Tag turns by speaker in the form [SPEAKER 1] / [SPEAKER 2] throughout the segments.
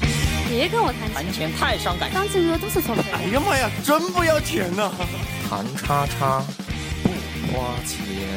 [SPEAKER 1] 别跟我谈钱，
[SPEAKER 2] 谈钱太伤感情。
[SPEAKER 1] 刚进入的都是错配的。
[SPEAKER 3] 哎呀妈呀，真不要钱呐、
[SPEAKER 4] 谭叉叉不花钱。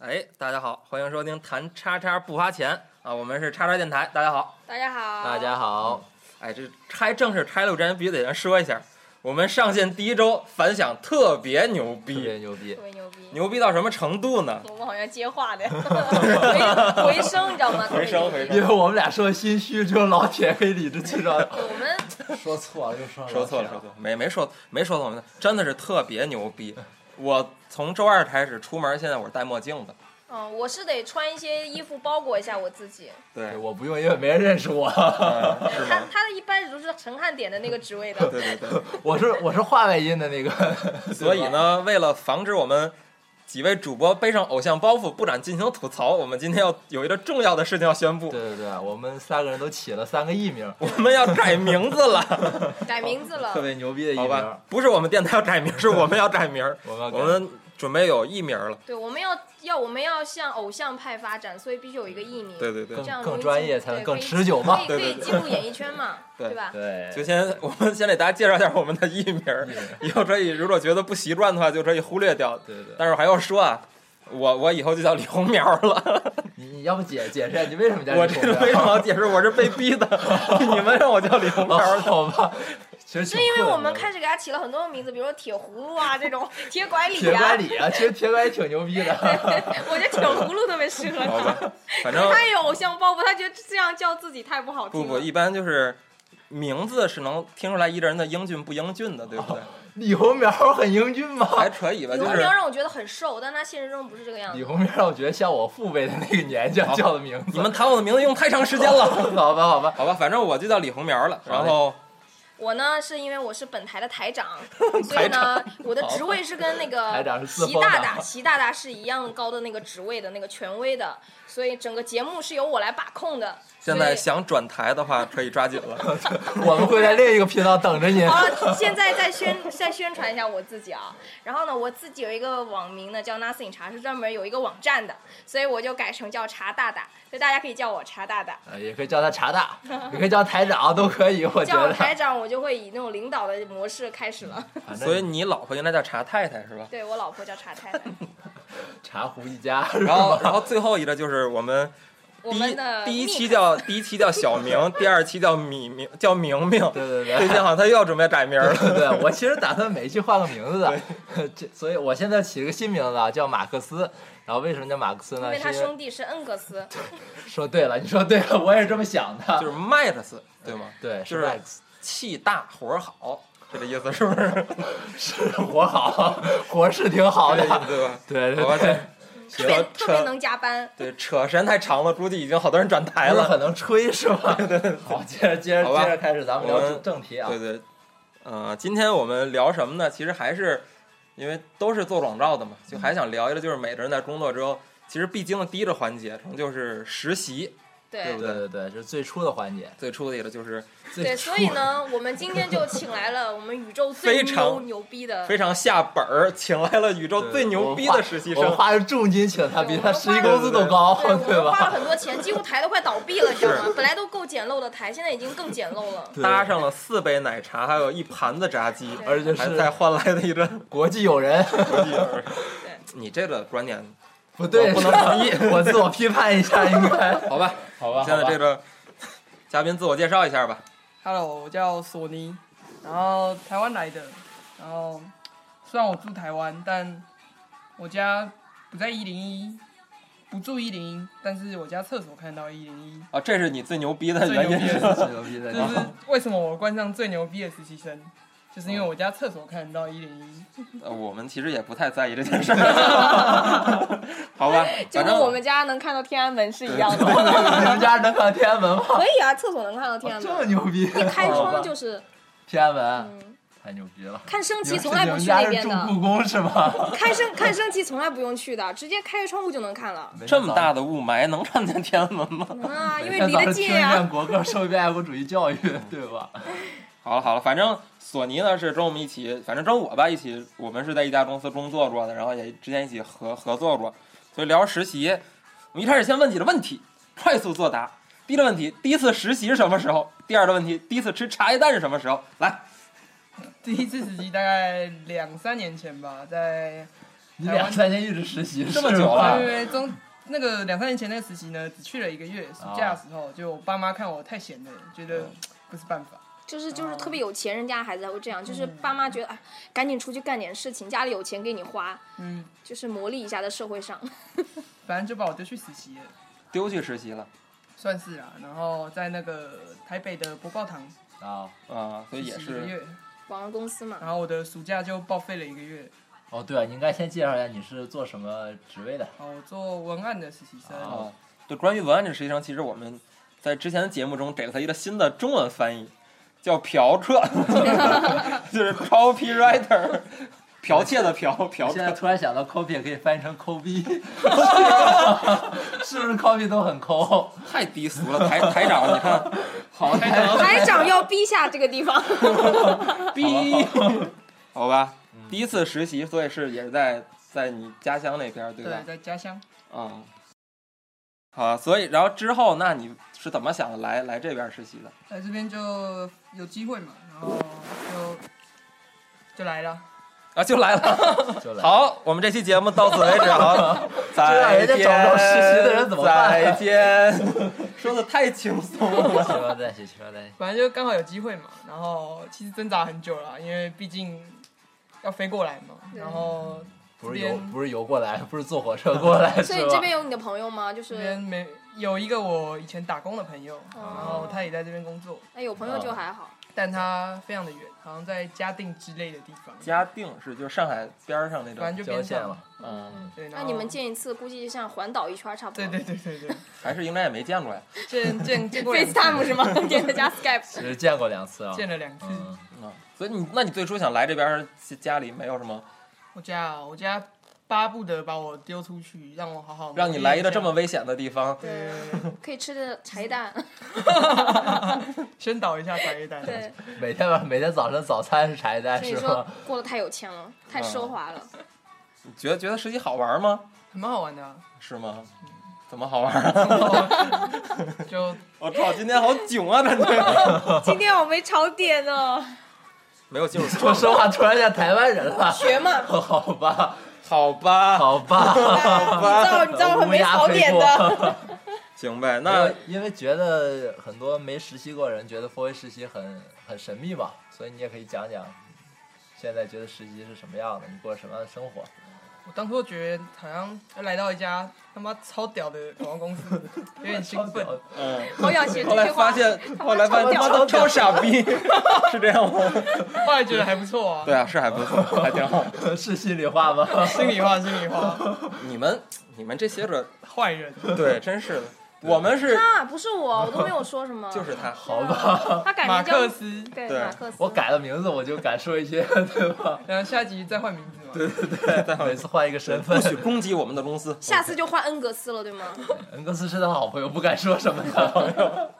[SPEAKER 5] 哎，大家好，欢迎收听《谈叉叉不花钱》啊，我们是叉叉电台，大家好，
[SPEAKER 6] 大家好，
[SPEAKER 2] 大家好，
[SPEAKER 5] 哎，这拆正式拆了，我之前必须得说一下，我们上线第一周反响特别牛
[SPEAKER 2] 特别
[SPEAKER 5] 逼，
[SPEAKER 2] 牛逼
[SPEAKER 6] 特。别牛逼，
[SPEAKER 5] 牛逼到什么程度呢？
[SPEAKER 6] 我们好像接话的，回回声，你知道吗？
[SPEAKER 5] 回声回声
[SPEAKER 2] 因为我们俩说心虚，只有老铁可以理直气壮地。
[SPEAKER 6] 我们
[SPEAKER 4] 说错了就说
[SPEAKER 5] 说错了，说错了，没没说没说错，我们真的是特别牛逼。我从周二开始出门，现在我是戴墨镜的。
[SPEAKER 6] 嗯，我是得穿一些衣服包裹一下我自己。
[SPEAKER 5] 对，
[SPEAKER 2] 哎我不用，因为没人认识我。
[SPEAKER 5] 嗯是
[SPEAKER 6] 他
[SPEAKER 5] 吗？
[SPEAKER 6] 他一般都是陈汉典的那个职位的，
[SPEAKER 5] 对对对。
[SPEAKER 2] 我是我是话外音的那个，
[SPEAKER 5] 所以呢，为了防止我们几位主播背上偶像包袱，不敢进行吐槽，我们今天要有一个重要的事情要宣布
[SPEAKER 2] 对，对对，我们三个人都起了三个艺名，
[SPEAKER 5] 我们要改名字 了，
[SPEAKER 6] 改名字了
[SPEAKER 2] 特。别牛逼的艺
[SPEAKER 5] 好
[SPEAKER 2] 名
[SPEAKER 5] 吧。？不是我们电台要改名， 是我们要改名。
[SPEAKER 2] 我们要改
[SPEAKER 5] 我们准备有艺名了。
[SPEAKER 6] 对，我们要要我们要向偶像派发展，所以必须有一个艺名，
[SPEAKER 5] 对对对
[SPEAKER 6] 这，样
[SPEAKER 2] 更
[SPEAKER 6] 容易
[SPEAKER 2] 专业
[SPEAKER 6] 进
[SPEAKER 2] 才能
[SPEAKER 6] 对
[SPEAKER 2] 更
[SPEAKER 6] 可以
[SPEAKER 2] 持久嘛
[SPEAKER 6] 可以
[SPEAKER 5] 对
[SPEAKER 6] 可
[SPEAKER 5] 对
[SPEAKER 6] 以
[SPEAKER 5] 对
[SPEAKER 6] 进入演艺圈嘛，
[SPEAKER 5] 对
[SPEAKER 6] 对吧？
[SPEAKER 2] 对，
[SPEAKER 5] 就先，我们先给大家介绍一下我们的艺名儿，以后可以如果觉得不习惯的话，就可以忽略掉。
[SPEAKER 2] 对对对，
[SPEAKER 5] 但是我还要说啊，我我以后就叫李红苗 了。
[SPEAKER 2] 你你要不解解释一下你为什么叫
[SPEAKER 5] 我
[SPEAKER 2] 这
[SPEAKER 5] 这
[SPEAKER 2] 个啊
[SPEAKER 5] 个 非常好解释，我是被逼的， 你们让我叫李红苗
[SPEAKER 2] 哦，
[SPEAKER 5] 的。
[SPEAKER 2] 好吧，其实
[SPEAKER 6] 是
[SPEAKER 2] 挺
[SPEAKER 6] 因为
[SPEAKER 2] 困
[SPEAKER 6] 我
[SPEAKER 2] 难
[SPEAKER 6] 们
[SPEAKER 2] 的
[SPEAKER 6] 开始给他起了很多的名字，比如说铁葫芦啊这种，铁拐李
[SPEAKER 2] 铁拐
[SPEAKER 6] 啊，
[SPEAKER 2] 李啊，其实铁拐李挺牛逼的，
[SPEAKER 6] 我觉得铁葫芦特别适合
[SPEAKER 5] 好
[SPEAKER 6] 他。
[SPEAKER 5] 吧，反正
[SPEAKER 6] 他也有偶像包袱，他觉得这样叫自己太不好听
[SPEAKER 5] 不
[SPEAKER 6] 了。
[SPEAKER 5] 不，一般就是名字是能听出来一个人的英俊不英俊的，对不对？
[SPEAKER 2] 李红苗很英俊吗？
[SPEAKER 5] 还可
[SPEAKER 2] 啊
[SPEAKER 5] 以吧，
[SPEAKER 6] 李
[SPEAKER 5] 就
[SPEAKER 6] 红
[SPEAKER 5] 是
[SPEAKER 6] 苗让我觉得很瘦，但他现实中不是这个样
[SPEAKER 2] 李
[SPEAKER 6] 子。
[SPEAKER 2] 红苗，我觉得像我父辈的那个年纪
[SPEAKER 5] 好
[SPEAKER 2] 叫的名字。
[SPEAKER 5] 你们谈我的名字用太长时间了。
[SPEAKER 2] 好吧，好吧，
[SPEAKER 5] 好吧，反正我就叫李红苗了。然后
[SPEAKER 6] 我呢，是因为我是本台的台 长，所以呢，我的职位是跟那
[SPEAKER 2] 台长
[SPEAKER 6] 个
[SPEAKER 2] 是四
[SPEAKER 6] 习
[SPEAKER 2] 方
[SPEAKER 6] 大
[SPEAKER 2] 的
[SPEAKER 6] 大、习大大是一样高的那个职位的那个权威的，所以整个节目是由我来把控的。
[SPEAKER 5] 现在
[SPEAKER 6] 所
[SPEAKER 5] 想转台的话，可以抓紧了。
[SPEAKER 2] 我们会在另一个频道等着您
[SPEAKER 6] 以。 好了，啊现在再宣再宣传一下我自己啊。然后呢，我自己有一个网名呢，叫 Nothing 茶，是专门有一个网站的，所以我就改成叫茶大大，所以大家可以叫我茶大大。
[SPEAKER 2] 呃也可以叫他 茶大，也可以叫台长，都可以。我觉
[SPEAKER 6] 叫我
[SPEAKER 2] 得，
[SPEAKER 6] 台长，我就会以那种领导的模式开始了。
[SPEAKER 2] 反正
[SPEAKER 5] 所以你老婆应该叫茶太太是吧？
[SPEAKER 6] 对我老婆叫茶太太，
[SPEAKER 2] 茶壶一家，是
[SPEAKER 5] 然后
[SPEAKER 2] 吧，
[SPEAKER 5] 然后最后一个就是我们
[SPEAKER 6] 我
[SPEAKER 5] 第
[SPEAKER 6] 们
[SPEAKER 5] 一
[SPEAKER 6] 的
[SPEAKER 5] 第一期
[SPEAKER 6] Nick
[SPEAKER 5] 叫第一期叫小 明，第二期叫米明，叫明明。
[SPEAKER 2] 对对
[SPEAKER 5] 最近
[SPEAKER 2] 对。
[SPEAKER 5] 好像他又要准备改名了。
[SPEAKER 2] 对，我其实打算每一期换个名字的，这所以我现在起了个新名字啊，叫马克思。然后为什么叫马克思
[SPEAKER 6] 因
[SPEAKER 2] 呢？
[SPEAKER 6] 为他
[SPEAKER 2] 是因为
[SPEAKER 6] 兄弟是恩格斯，
[SPEAKER 2] 说对了，你说对了，我也是这么想的。
[SPEAKER 5] 就是 Max，对吗？
[SPEAKER 2] 对，
[SPEAKER 5] 就是
[SPEAKER 2] Max，
[SPEAKER 5] 气大活儿好，这个意思是不是？
[SPEAKER 2] 活好，活是挺好
[SPEAKER 5] 这
[SPEAKER 2] 的
[SPEAKER 5] 意。思对吧？
[SPEAKER 2] 对
[SPEAKER 5] 好吧，
[SPEAKER 2] 对
[SPEAKER 5] 这
[SPEAKER 2] 对，
[SPEAKER 6] 特别
[SPEAKER 5] 扯
[SPEAKER 6] 特别
[SPEAKER 5] 扯
[SPEAKER 6] 能加班。
[SPEAKER 5] 对扯时间太长了，估计已经好多人转台
[SPEAKER 2] 不是
[SPEAKER 5] 了。
[SPEAKER 2] 很能吹是吧？对对。好，接着接着
[SPEAKER 5] 好吧
[SPEAKER 2] 接着开始，咱们
[SPEAKER 5] 我
[SPEAKER 2] 聊
[SPEAKER 5] 们
[SPEAKER 2] 正正题啊。
[SPEAKER 5] 对对，呃，今天我们聊什么呢？其实还是因为都是做广告的嘛，就还想聊一聊，就是每个人在工作之后，其实必经的第一个环节，可能就是实习。对
[SPEAKER 6] 对
[SPEAKER 5] 不
[SPEAKER 2] 对对对，就是最初的环节。
[SPEAKER 5] 最初的一个就是
[SPEAKER 6] 对，
[SPEAKER 2] 最初
[SPEAKER 6] 所以呢，我们今天就请来了我们宇宙
[SPEAKER 5] 非
[SPEAKER 6] 最牛
[SPEAKER 5] 常
[SPEAKER 6] 牛逼的，
[SPEAKER 5] 非常下本儿，请来了宇宙最牛逼的实习
[SPEAKER 2] 我
[SPEAKER 5] 生。
[SPEAKER 2] 花了重金请他，
[SPEAKER 6] 对
[SPEAKER 2] 比
[SPEAKER 6] 我
[SPEAKER 2] 他
[SPEAKER 6] 们
[SPEAKER 2] 实习
[SPEAKER 6] 花了
[SPEAKER 2] 工资都高，
[SPEAKER 6] 对，我们花了
[SPEAKER 2] 吧？
[SPEAKER 6] 很多钱，几乎台都快倒闭了，你知道吗？本来都够简陋的台，现在已经更简陋了。
[SPEAKER 2] 对
[SPEAKER 5] 搭上了四杯奶茶，还有一盘子炸鸡，
[SPEAKER 6] 对
[SPEAKER 2] 而且
[SPEAKER 5] 还再
[SPEAKER 2] 是
[SPEAKER 5] 换来的一个
[SPEAKER 2] 国际友人，
[SPEAKER 5] 国际友人。你这个观点
[SPEAKER 2] 不对，
[SPEAKER 5] 我不能
[SPEAKER 2] 是吧
[SPEAKER 5] 同意
[SPEAKER 2] 我自我批判一下，应 该
[SPEAKER 5] 好吧？
[SPEAKER 2] 好吧？
[SPEAKER 5] 现在
[SPEAKER 2] 好吧
[SPEAKER 5] 这个嘉宾自我介绍一下吧。
[SPEAKER 7] Hello，我叫索尼，然后台湾来的，然后虽然我住台湾，但我家不在一零一，不住一零一，但是我家厕所看到一零一，
[SPEAKER 5] 啊，这是你最牛逼的
[SPEAKER 7] 最
[SPEAKER 5] 原
[SPEAKER 7] 牛
[SPEAKER 5] 因
[SPEAKER 7] 逼
[SPEAKER 5] 是
[SPEAKER 7] 的
[SPEAKER 2] 最牛逼的
[SPEAKER 7] 这
[SPEAKER 2] 地
[SPEAKER 7] 是
[SPEAKER 2] 方，
[SPEAKER 7] 为什么我冠上最牛逼的实习生，就是因为我家厕所看到一零一。
[SPEAKER 5] 呃，我们其实也不太在意这件事儿，好吧？
[SPEAKER 6] 就
[SPEAKER 5] 反
[SPEAKER 6] 跟
[SPEAKER 5] 正
[SPEAKER 6] 我们家能看到天安门是一样的，
[SPEAKER 2] 你们家能看天安门吗？
[SPEAKER 6] 可以啊，厕所能看到天安
[SPEAKER 2] 哦这么
[SPEAKER 6] 门，
[SPEAKER 2] 牛逼！
[SPEAKER 6] 一开
[SPEAKER 2] 好吧
[SPEAKER 6] 窗就是，
[SPEAKER 2] 天安门，
[SPEAKER 6] 嗯，
[SPEAKER 2] 太牛逼了！
[SPEAKER 6] 看升旗
[SPEAKER 2] 你
[SPEAKER 6] 从
[SPEAKER 2] 们
[SPEAKER 6] 来
[SPEAKER 2] 你
[SPEAKER 6] 不
[SPEAKER 2] 们
[SPEAKER 6] 去
[SPEAKER 2] 家
[SPEAKER 6] 那
[SPEAKER 2] 是
[SPEAKER 6] 边
[SPEAKER 2] 住
[SPEAKER 6] 的，
[SPEAKER 2] 故宫是吗？
[SPEAKER 6] 看升看升旗从来不用去的，直接开着窗户就能看 了。
[SPEAKER 5] 这么大的雾霾能看见天安门吗？
[SPEAKER 6] 啊，因为
[SPEAKER 2] 天
[SPEAKER 6] 离
[SPEAKER 2] 早
[SPEAKER 6] 得
[SPEAKER 2] 上
[SPEAKER 6] 近
[SPEAKER 2] 听一
[SPEAKER 6] 呀、
[SPEAKER 2] 遍国歌，受一遍爱国主义教育， 对吧？
[SPEAKER 5] 好了好了，反正索尼呢是跟我们一起，反正跟我吧一起，我们是在一家公司工作过的，然后也之前一起合合作过，所以聊实习，我们一开始先问几个问题，快速作答。第一个问题，第一次实习是什么时候？第二个问题，第一次吃茶叶蛋是什么时候？来，
[SPEAKER 7] 第一次实习大概两三年前吧，在
[SPEAKER 2] 你两三年一直实习
[SPEAKER 5] 这么久了
[SPEAKER 2] 了
[SPEAKER 7] 对，对对，中那个两三年前那个实习呢，只去了一个月，暑假的时候，就我爸妈看我太闲了，觉得不是办法，
[SPEAKER 6] 就是就是特别有钱人家的孩子才会这样，就是爸妈觉得哎，赶紧出去干点事情，家里有钱给你花，
[SPEAKER 7] 嗯，
[SPEAKER 6] 就是磨砺一下在社会上。
[SPEAKER 7] 反正就把我丢去实习了，
[SPEAKER 5] 丢去实习了
[SPEAKER 7] 算是啦、然后在那个台北的博报堂
[SPEAKER 2] 啊！
[SPEAKER 5] 啊，所以也
[SPEAKER 7] 实习一个
[SPEAKER 5] 是
[SPEAKER 7] 月，
[SPEAKER 6] 广告公司 嘛，
[SPEAKER 7] 然后我的暑假就报废了一个月，
[SPEAKER 2] 哦，对啊，你应该先介绍一下你是做什么职位的
[SPEAKER 7] 然后我做文案的实习生，
[SPEAKER 2] 啊
[SPEAKER 5] 啊。对，关于文案这个实习生，其实我们在之前的节目中给了他一个新的中文翻译，叫剽 客，就是 copywriter，剽 窃的剽，剽
[SPEAKER 2] 我现在
[SPEAKER 5] 客。
[SPEAKER 2] 突然想到，copy 也可以翻译成抠逼， 是不是？copy 都很抠，
[SPEAKER 5] 太低俗了， 台台长，你看，好台 长
[SPEAKER 6] 台长要逼下这个地方。
[SPEAKER 5] 逼，好吧，第一次实习，所以是也是在在你家乡那边，对吧？
[SPEAKER 7] 对，在家乡，
[SPEAKER 5] 嗯，好，所以然后之后，那你是怎么想的来来这边实习的？
[SPEAKER 7] 在这边就有机会嘛，然后就就来了。
[SPEAKER 5] 啊，就来了。
[SPEAKER 2] 就来。
[SPEAKER 5] 好，我们这期节目到此为止。好，
[SPEAKER 2] 这让
[SPEAKER 5] 再
[SPEAKER 2] 人家
[SPEAKER 5] 见。
[SPEAKER 2] 找不着实习的人怎么办
[SPEAKER 5] 再见。说的太轻松了。
[SPEAKER 2] 希望在一起，希望在一起。
[SPEAKER 7] 反正就刚好有机会嘛，然后其实挣扎很久了，因为毕竟要飞过来嘛，
[SPEAKER 6] 对
[SPEAKER 7] 然后
[SPEAKER 2] 不
[SPEAKER 7] 这
[SPEAKER 2] 是游，
[SPEAKER 7] 边
[SPEAKER 2] 不是游过来，不是坐火车过来，
[SPEAKER 6] 所
[SPEAKER 2] 是
[SPEAKER 6] 以
[SPEAKER 2] 吧
[SPEAKER 6] 这？边有你的朋友吗？就
[SPEAKER 7] 这边
[SPEAKER 6] 是
[SPEAKER 7] 没有一个我以前打工的朋友，然后
[SPEAKER 6] 哦
[SPEAKER 7] 他也在这边工作，
[SPEAKER 6] 哎，有朋友就还好。
[SPEAKER 7] 但他非常的远，好像在嘉定之类的地方，
[SPEAKER 5] 嘉定是就是上海边上那
[SPEAKER 7] 反正
[SPEAKER 5] 种，
[SPEAKER 7] 就
[SPEAKER 2] 交
[SPEAKER 7] 边
[SPEAKER 2] 线
[SPEAKER 7] 上
[SPEAKER 2] 了。。
[SPEAKER 5] 嗯，
[SPEAKER 7] 对，然
[SPEAKER 6] 那
[SPEAKER 7] 后
[SPEAKER 6] 你们见一次，估计像环岛一圈差不多。
[SPEAKER 7] 对对对对对，
[SPEAKER 5] 还是应该也没见过呀。
[SPEAKER 7] 见见见过两次
[SPEAKER 6] ，FaceTime 是吗？点的加 Skype。
[SPEAKER 2] 其实见过两次啊。
[SPEAKER 7] 见了两次。
[SPEAKER 2] 嗯，
[SPEAKER 5] 嗯，所以你那你最初想来这边，家里没有什么，
[SPEAKER 7] 我家我家巴不得把我丢出去，让我好好
[SPEAKER 5] 让你来一个这么
[SPEAKER 7] 稳
[SPEAKER 5] 危险的地方，
[SPEAKER 6] 对，可以吃的茶叶蛋。
[SPEAKER 7] 宣导一下茶叶蛋。
[SPEAKER 6] 对，
[SPEAKER 2] 每天晚每天早晨早餐是茶叶蛋
[SPEAKER 6] 所以
[SPEAKER 2] 是
[SPEAKER 6] 说
[SPEAKER 2] 吗？
[SPEAKER 6] 过得太有钱了，太奢华了。
[SPEAKER 5] 你觉得觉得实习好玩吗？
[SPEAKER 7] 很蛮好玩的、啊，
[SPEAKER 5] 是吗？怎么好玩啊？
[SPEAKER 7] 就
[SPEAKER 5] 我操，今天好囧啊！真的
[SPEAKER 6] 今天我没炒点呢，
[SPEAKER 5] 没有进入
[SPEAKER 2] 说实话，突然像台湾人了。
[SPEAKER 6] 学嘛。
[SPEAKER 2] 好吧，
[SPEAKER 5] 好吧，
[SPEAKER 2] 好吧，
[SPEAKER 6] 你知道你知道我很没
[SPEAKER 2] 乌鸦
[SPEAKER 6] 炒
[SPEAKER 2] 飞
[SPEAKER 6] 点 的。
[SPEAKER 5] 行呗。那
[SPEAKER 2] 因为觉得很多没实习过的人觉得佛威实习很很神秘嘛，所以你也可以讲讲，现在觉得实习是什么样的，你过什么样的生活？
[SPEAKER 7] 我当初觉得好像来到一家他妈超屌的广告公司，有点兴奋。
[SPEAKER 5] 嗯，
[SPEAKER 6] 好想学这
[SPEAKER 5] 后来
[SPEAKER 6] 句
[SPEAKER 5] 发
[SPEAKER 6] 话。
[SPEAKER 5] 现，后来发现他
[SPEAKER 6] 超屌
[SPEAKER 5] 妈都超傻 逼，是这样吗？
[SPEAKER 7] 后来觉得还不错 啊。
[SPEAKER 5] 对啊，是还不错，还挺好。
[SPEAKER 2] 是心里话吗？
[SPEAKER 7] 心里话，心里话，
[SPEAKER 5] 你们你们这些个
[SPEAKER 7] 坏人。
[SPEAKER 5] 对，真是的，我们是
[SPEAKER 6] 啊，不是我，我都没有说什么。啊
[SPEAKER 5] 就是他，
[SPEAKER 2] 好吧，
[SPEAKER 6] 他改
[SPEAKER 7] 马
[SPEAKER 6] 名叫
[SPEAKER 7] 克思，
[SPEAKER 6] 对
[SPEAKER 5] 对
[SPEAKER 6] 马克思。
[SPEAKER 2] 我。改了名字我就敢说一些， 对吧？
[SPEAKER 7] 然后下集再换名字嘛。对，
[SPEAKER 2] 每次换一个身份
[SPEAKER 5] 不，许攻击我们的公司。
[SPEAKER 6] 下次就换恩格斯了，对吗？
[SPEAKER 2] 恩格斯是他好朋友，不敢说什么 的。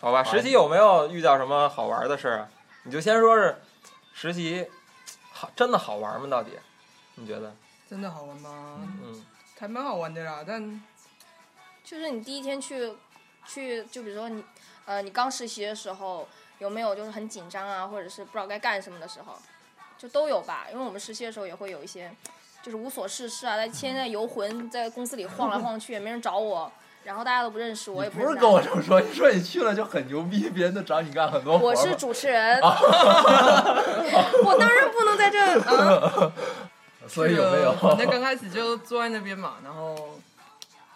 [SPEAKER 5] 好吧，实习有没有遇到什么好玩的事儿啊？你就先说是实习好真的好玩吗？到底你觉得？
[SPEAKER 7] 真的好玩吗？
[SPEAKER 5] 嗯，
[SPEAKER 7] 还蛮好玩的啦，但
[SPEAKER 6] 就是你第一天去，去就比如说你，呃，你刚实习的时候有没有就是很紧张啊，或者是不知道该干什么的时候，就都有吧。因为我们实习的时候也会有一些，就是无所事事啊，在
[SPEAKER 2] 嗯
[SPEAKER 6] 现在游魂，在公司里晃来晃去，也没人找我，然后大家都不认识我，
[SPEAKER 2] 你
[SPEAKER 6] 也
[SPEAKER 2] 不是
[SPEAKER 6] 认识
[SPEAKER 2] 跟
[SPEAKER 6] 大
[SPEAKER 2] 我
[SPEAKER 6] 家。
[SPEAKER 2] 这么说，你说你去了就很牛逼，别人都找你干很多活儿
[SPEAKER 6] 我
[SPEAKER 2] 吗。啊
[SPEAKER 6] 是主持人， 我当然不能在这 啊，
[SPEAKER 2] 所以有没有？
[SPEAKER 7] 反正刚开始就坐在那边嘛，然后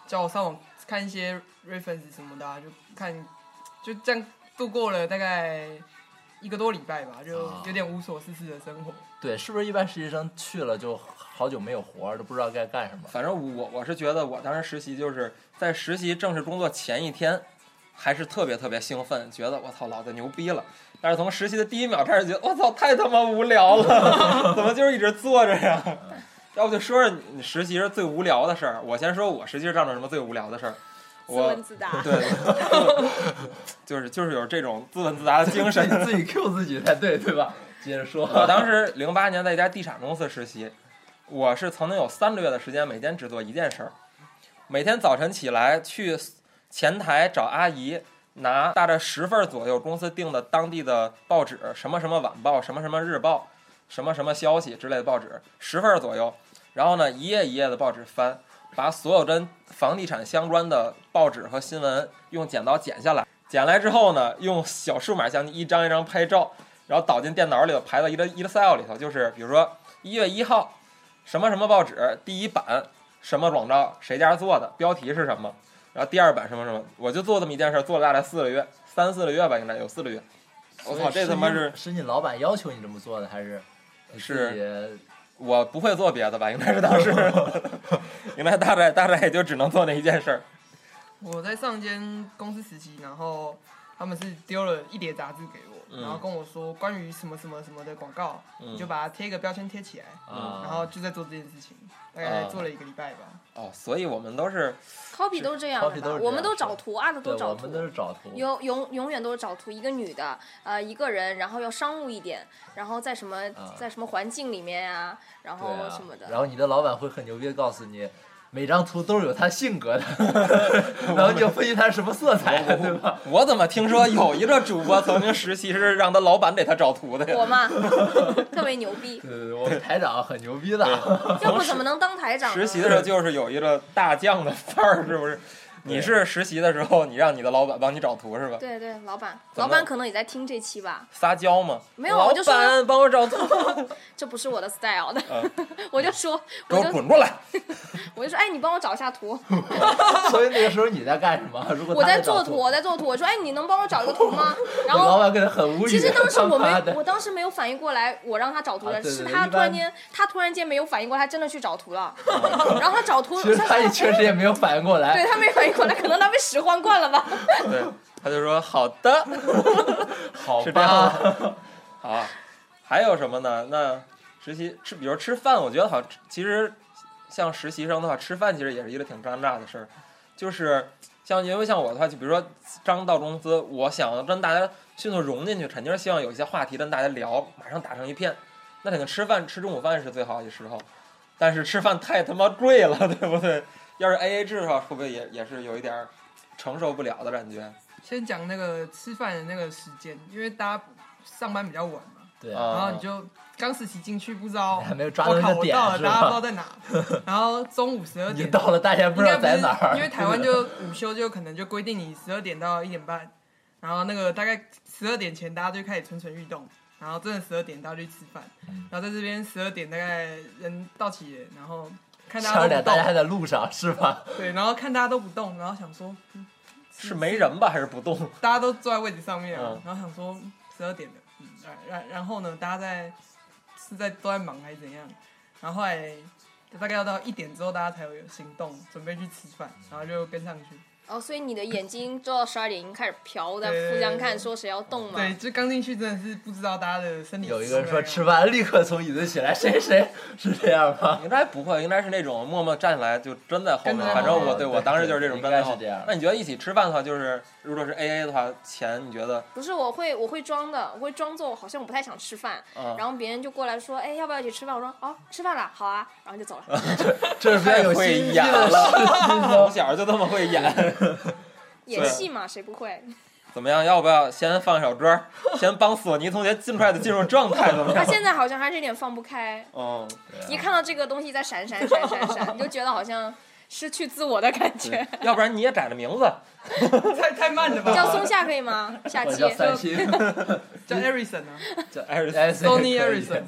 [SPEAKER 7] 叫我上网看一些 reference 什么的、啊，就看，就这样度过了大概一个多礼拜吧，就
[SPEAKER 2] 啊
[SPEAKER 7] 有点无所事事的生活。
[SPEAKER 2] 对，是不是一般实习生去了就好久没有活儿，都不知道该干什么？
[SPEAKER 5] 反正我我是觉得，我当时实习就是在实习正式工作前一天，还是特别特别兴奋，觉得我操老子牛逼了。但是从实习的第一秒开始，觉得我操太他妈无聊了， 怎么就是一直坐着呀？
[SPEAKER 6] 嗯
[SPEAKER 5] 要不就说说你实习是最无聊的事儿。我先说我实习是干了什么最无聊的事儿。
[SPEAKER 6] 自
[SPEAKER 5] 我
[SPEAKER 6] 问自答。
[SPEAKER 5] 对， 就是就是有这种自问自答的精 神。
[SPEAKER 2] 自己 Q 自己才对，对吧？接着说，
[SPEAKER 5] 我当时零八年在一家地产公司实习，我是曾经有三个月的时间每天只做一件事儿，每天早晨起来去前台找阿姨拿大概十份左右公司订的当地的报纸，什么什么晚报、什么什么日报、什么什么消息之类的报纸，十份左右。然后呢，一页一页的报纸翻，把所有跟房地产相关的报纸和新闻用剪刀剪下来。剪来之后呢，用小数码相机一张一张拍照，然后导进电脑里头，排到一个 Excel 里头。就是比如说一月一号，什么什么报纸第一版什么广告，谁家做的，标题是什么，然后第二版什么什么，我就做这么一件事儿，做了大概四个月，三四个月吧，应该有四个月。我操，这他妈是
[SPEAKER 2] 是是你老板要求你这么做的，还是你自己
[SPEAKER 5] 我不会做别的吧？应该是当时， 应该大概大概也就只能做那一件事儿。
[SPEAKER 7] 我在上间公司实习，然后他们是丢了一叠杂志给我，
[SPEAKER 5] 嗯
[SPEAKER 7] 然后跟我说关于什么什么什么的广告，
[SPEAKER 5] 嗯
[SPEAKER 7] 你就把它贴一个标签贴起来，
[SPEAKER 2] 啊？
[SPEAKER 7] 然后就在做这件事情，大概
[SPEAKER 5] 啊
[SPEAKER 7] 做了一个礼拜吧。
[SPEAKER 5] 哦，所以我们都是
[SPEAKER 6] copy 都是这样的
[SPEAKER 2] copy 都是
[SPEAKER 6] 吧
[SPEAKER 2] 这？样
[SPEAKER 6] 我们都找图啊，的
[SPEAKER 2] 对，
[SPEAKER 6] 都
[SPEAKER 2] 我
[SPEAKER 6] 找
[SPEAKER 2] 们
[SPEAKER 6] 图。
[SPEAKER 2] 都是找图，
[SPEAKER 6] 永永永远都是找图，一个女的，呃，一个人，然后要商务一点，然后在什么、
[SPEAKER 2] 啊
[SPEAKER 6] 在什么环境里面呀、然
[SPEAKER 2] 对
[SPEAKER 6] 后
[SPEAKER 2] 啊
[SPEAKER 6] 哦什么的，
[SPEAKER 2] 然后你的老板会很牛逼的告诉你，每张图都是有他性格的， 然后你就分析他是什么色彩，对吧？
[SPEAKER 5] 我怎么听说有一个主播曾经实习是让他老板给他找图的
[SPEAKER 6] 我
[SPEAKER 5] 呀？
[SPEAKER 6] 嘛， 特别牛 逼，
[SPEAKER 2] 对对对，我们台长很牛逼 的，
[SPEAKER 6] 要不怎么能当台长呢？
[SPEAKER 5] 实习的时候就是有一个大将的范儿，是不 是？你是实习的时候，你让你的老板帮你找图是吧？
[SPEAKER 6] 对对，老板，
[SPEAKER 5] 怎么
[SPEAKER 6] 老板可能也在听这期吧，
[SPEAKER 5] 撒娇吗？
[SPEAKER 6] 没有
[SPEAKER 5] 老
[SPEAKER 6] 我就说
[SPEAKER 5] 板帮我找图，
[SPEAKER 6] 这不是我的 style 的，
[SPEAKER 5] 啊
[SPEAKER 6] 我就说，
[SPEAKER 5] 给
[SPEAKER 6] 我
[SPEAKER 5] 我
[SPEAKER 6] 就
[SPEAKER 5] 滚过来！
[SPEAKER 6] 我就说，哎，你帮我找一下图，
[SPEAKER 2] 所以那个时候你在干什么？如果
[SPEAKER 6] 我
[SPEAKER 2] 他
[SPEAKER 6] 在
[SPEAKER 2] 找
[SPEAKER 6] 做图，
[SPEAKER 2] 图，
[SPEAKER 6] 我在做图，我说，哎，你能帮我找一个图吗？然
[SPEAKER 2] 老
[SPEAKER 6] 后。
[SPEAKER 2] 板可能很无语。
[SPEAKER 6] 其实当时我
[SPEAKER 2] 他妈
[SPEAKER 6] 没，
[SPEAKER 2] 的
[SPEAKER 6] 我当时没有反应过来，我让他找图的，
[SPEAKER 2] 啊对对
[SPEAKER 6] 是
[SPEAKER 2] 对
[SPEAKER 6] 他
[SPEAKER 2] 一
[SPEAKER 6] 突然
[SPEAKER 2] 般啊
[SPEAKER 6] 间，他突然间没有反应过来，他真的去找图了。然后他找图，
[SPEAKER 2] 其实
[SPEAKER 6] 他
[SPEAKER 2] 他也
[SPEAKER 6] 说
[SPEAKER 2] 确实也没有反应过来
[SPEAKER 6] 对。他没反应过来，可能他被使唤惯了吧。
[SPEAKER 5] 对，他就说好的，
[SPEAKER 2] 好
[SPEAKER 5] 是这样
[SPEAKER 2] 吧，
[SPEAKER 5] 的。 好，还有什么呢？那实习吃，比如吃饭，我觉得好，其实像实习生的话，吃饭其实也是一个挺尴尬的事儿。就是像因为像我的话，就比如说刚到公司，我想跟大家迅速融进去，肯定是希望有一些话题跟大家聊，马上打成一片。那肯定吃饭吃中午饭是最好的时候，但是吃饭太他妈贵了，对不对？ 要是 A A 制的话，会不会也也是有一点儿承受不了的感觉？
[SPEAKER 7] 先讲那个吃饭的那个时间，因为大家上班比较晚嘛，
[SPEAKER 2] 对
[SPEAKER 5] 啊
[SPEAKER 7] 然后你就刚实习进去，不知道
[SPEAKER 2] 呃 你还没有抓到
[SPEAKER 7] 我
[SPEAKER 2] 那
[SPEAKER 7] 靠，
[SPEAKER 2] 个
[SPEAKER 7] 我
[SPEAKER 2] 点
[SPEAKER 7] 到了，
[SPEAKER 2] 是
[SPEAKER 7] 大家不知道
[SPEAKER 2] 吧？
[SPEAKER 7] 在哪。 然后中午十二
[SPEAKER 2] 你
[SPEAKER 7] 点，
[SPEAKER 2] 到了，大家不
[SPEAKER 7] 应该
[SPEAKER 2] 知道
[SPEAKER 7] 不
[SPEAKER 2] 在
[SPEAKER 7] 是
[SPEAKER 2] 哪儿，
[SPEAKER 7] 因为台湾就午休就可能就规定你十二点到一点半，然后那个大概十二点前大家就开始蠢蠢欲动，然后真的十二点大家就去吃饭，
[SPEAKER 2] 嗯
[SPEAKER 7] 然后在这边十二点大概人到齐了，然后看
[SPEAKER 2] 十
[SPEAKER 7] 大
[SPEAKER 2] 二
[SPEAKER 7] 家
[SPEAKER 2] 点
[SPEAKER 7] 都
[SPEAKER 2] 大
[SPEAKER 7] 不
[SPEAKER 2] 家还
[SPEAKER 7] 动，
[SPEAKER 2] 在路上是吧？
[SPEAKER 7] 对，然后看大家都不动，然后想说
[SPEAKER 5] 是没人吧，还是不动？
[SPEAKER 7] 大家都坐在位置上面啊，
[SPEAKER 5] 嗯
[SPEAKER 7] 然后想说十二点了，嗯，然然然后呢，大家在是在都在忙还是怎样？然后后来大概要到一点之后，大家才会有行动，准备去吃饭，然后就跟上去。
[SPEAKER 6] 哦，所以你的眼睛做到十二点已经开始瞟，在
[SPEAKER 7] 对
[SPEAKER 6] 互相看，说谁要动嘛。
[SPEAKER 7] 对，就刚进去真的是不知道大家的身体。
[SPEAKER 2] 嗯有一个人说吃，饭，立刻从椅子起来，谁谁是这样 吗？
[SPEAKER 5] 应该不会，应该是那种默默站起来就真在后面
[SPEAKER 7] 跟。在
[SPEAKER 5] 反正我
[SPEAKER 2] 后面
[SPEAKER 5] 对
[SPEAKER 2] 对
[SPEAKER 5] 我当时就是这种
[SPEAKER 2] 应
[SPEAKER 5] 跟
[SPEAKER 2] 该
[SPEAKER 5] 在后
[SPEAKER 2] 是这样
[SPEAKER 5] 那你觉得一起吃饭的话，就是如果是 A A 的话，钱你觉得
[SPEAKER 6] 不是，我会我会装的，我会装作好像我不太想吃饭，
[SPEAKER 5] 啊？
[SPEAKER 6] 然后别人就过来说，哎，要不要一起吃饭？我说哦，吃饭了，好啊，然后就走了。
[SPEAKER 2] 这是比较
[SPEAKER 5] 太
[SPEAKER 2] 有
[SPEAKER 5] 会
[SPEAKER 2] 心机
[SPEAKER 5] 演
[SPEAKER 2] 的
[SPEAKER 5] 了，从小就这么会演。
[SPEAKER 6] 演戏嘛，谁不 会？
[SPEAKER 5] 怎么样？要不要先放一首歌，先帮索尼同学尽快的进入状态？怎么
[SPEAKER 6] 他
[SPEAKER 5] 样？
[SPEAKER 6] 现在好像还是有点放不开，
[SPEAKER 5] 嗯，
[SPEAKER 6] 一看到这个东西在闪闪闪闪闪，你就觉得好像失去自我的感觉
[SPEAKER 5] 对。要不然你也改个名字，
[SPEAKER 7] 太太慢 了吧？
[SPEAKER 6] 叫 松下可以吗？下
[SPEAKER 2] 我
[SPEAKER 6] 期
[SPEAKER 2] 叫三星，
[SPEAKER 7] 叫 Erison 啊，
[SPEAKER 5] 叫艾瑞斯。
[SPEAKER 2] 哎
[SPEAKER 7] Sony
[SPEAKER 2] 可以
[SPEAKER 7] Ericsson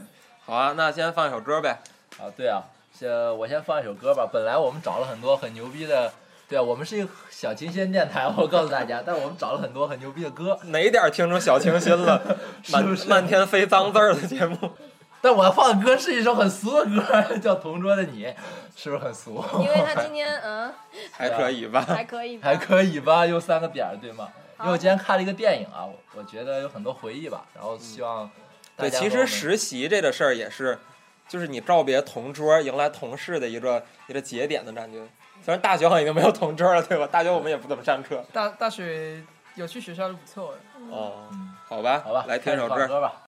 [SPEAKER 5] 好啊，那先放一首歌呗。
[SPEAKER 2] 啊，对啊，先我先放一首歌吧。本来我们找了很多很牛逼的，对啊，我们是一个小清新电台，我告诉大家，但我们找了很多很牛逼的歌。
[SPEAKER 5] 哪点儿听出小清新 了？
[SPEAKER 2] 是不
[SPEAKER 5] 漫
[SPEAKER 2] 是
[SPEAKER 5] 漫天飞脏字儿的节目。
[SPEAKER 2] 但我放的歌是一首很俗的歌，叫《同桌的你》，是不是很俗？
[SPEAKER 6] 因为 他今天嗯
[SPEAKER 5] 还
[SPEAKER 2] 啊
[SPEAKER 5] 可以吧。
[SPEAKER 6] 还可以吧，
[SPEAKER 2] 还可以吧，又三个点儿，对吗？因为我
[SPEAKER 6] 好
[SPEAKER 2] 今天看了一个电影啊，我我觉得有很多回忆吧，然后希望大
[SPEAKER 5] 嗯对，
[SPEAKER 2] 家
[SPEAKER 5] 其
[SPEAKER 2] 和
[SPEAKER 5] 实
[SPEAKER 2] 我们
[SPEAKER 5] 实习这个事儿也是，就是你告别同桌，迎来同事的一个一个节点的感觉。虽然大学好像已经没有同桌了，对吧？大学我们也不怎么上课。
[SPEAKER 7] 大大学有去学校就不错了。
[SPEAKER 5] 哦，
[SPEAKER 2] 嗯
[SPEAKER 5] 好吧，
[SPEAKER 2] 好吧，
[SPEAKER 5] 来听
[SPEAKER 2] 开始
[SPEAKER 5] 首
[SPEAKER 2] 放
[SPEAKER 5] 歌。
[SPEAKER 2] 歌吧。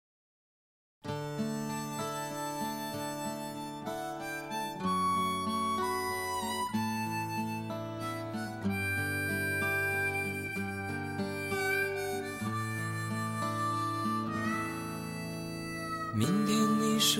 [SPEAKER 1] 是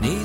[SPEAKER 1] 你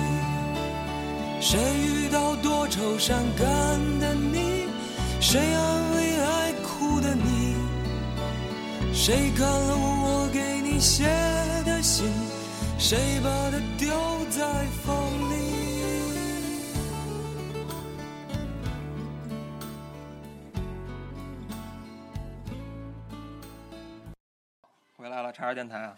[SPEAKER 1] 谁遇到多愁善感的你？谁安慰爱哭的你？谁看了我给你写的信？谁把它丢在风里？
[SPEAKER 5] 回来了，叉叉电台啊，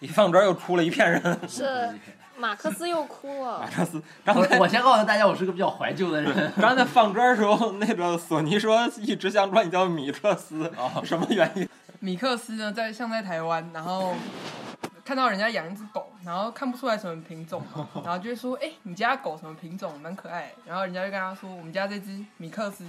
[SPEAKER 5] 一放这儿又出了一片 人。
[SPEAKER 6] 是马克思又哭
[SPEAKER 2] 哎
[SPEAKER 6] 了，
[SPEAKER 5] 刚才
[SPEAKER 2] 我我先告诉大家，我是个比较怀旧的人。
[SPEAKER 5] 刚才放歌儿的时候，那个索尼说一直想管你叫米克斯，
[SPEAKER 2] 哦
[SPEAKER 5] 什么原因？
[SPEAKER 7] 米克斯呢，在像在台湾，然后看到人家养一只狗，然后看不出来什么品种嘛，然后就会说：“哎、你家狗什么品种，蛮可爱。”然后人家就跟他说：“我们家这只米克斯，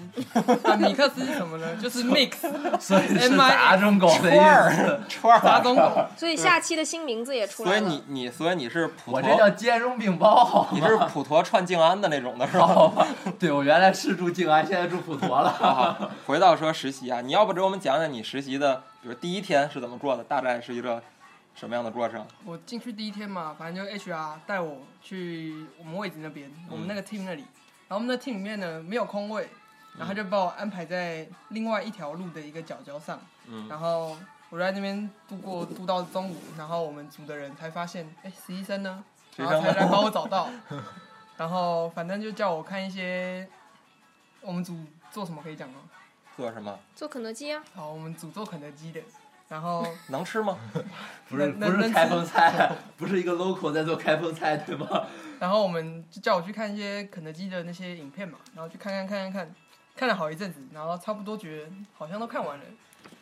[SPEAKER 7] 啊，米克斯是什么呢？就是 mix
[SPEAKER 2] 所以 是杂种狗的意思。
[SPEAKER 5] 串啊
[SPEAKER 7] 杂种狗。
[SPEAKER 6] 所以下期的新名字也出
[SPEAKER 5] 所
[SPEAKER 6] 来
[SPEAKER 5] 以
[SPEAKER 6] 了。
[SPEAKER 5] 你你所以你是普
[SPEAKER 2] 我这叫
[SPEAKER 5] 陀，
[SPEAKER 2] 兼容并包，好
[SPEAKER 5] 你
[SPEAKER 2] 吗？
[SPEAKER 5] 是普陀串静安的那种的是吧？
[SPEAKER 2] 好吧？ 对，我原来是住静安，现在住普陀
[SPEAKER 5] 啊
[SPEAKER 2] 了。
[SPEAKER 5] 回到说实习啊，你要不给我们讲讲你实习的，比如第一天是怎么做的，大概是一个什么样的过程？”
[SPEAKER 7] 我进去第一天嘛，反正就 HR 带我去我们位置那边，我们那个 team 那里，然后我们那 team 里面呢没有空位，然后他就把我安排在另外一条路的一个角角上，
[SPEAKER 5] 嗯
[SPEAKER 7] 然后我在那边度过度到中午，然后我们组的人才发现，哎，实习生呢，
[SPEAKER 5] 实
[SPEAKER 7] 然
[SPEAKER 5] 习
[SPEAKER 7] 后
[SPEAKER 5] 生
[SPEAKER 7] 才
[SPEAKER 5] 呢
[SPEAKER 7] 来把我找到， 然后反正就叫我看一些我们组做什么可以讲吗？
[SPEAKER 5] 做什么？
[SPEAKER 6] 做肯德基啊，
[SPEAKER 7] 好，我们组做肯德基的，然后
[SPEAKER 5] 能吃吗？
[SPEAKER 2] 不是
[SPEAKER 7] 那
[SPEAKER 2] 不
[SPEAKER 7] 那
[SPEAKER 2] 是开封 菜，不是一个 local 在做开封菜，对吗？
[SPEAKER 7] 然后我们就叫我去看一些肯德基的那些影片嘛，然后去看看看看看，看了好一阵子，然后差不多觉得好像都看完了，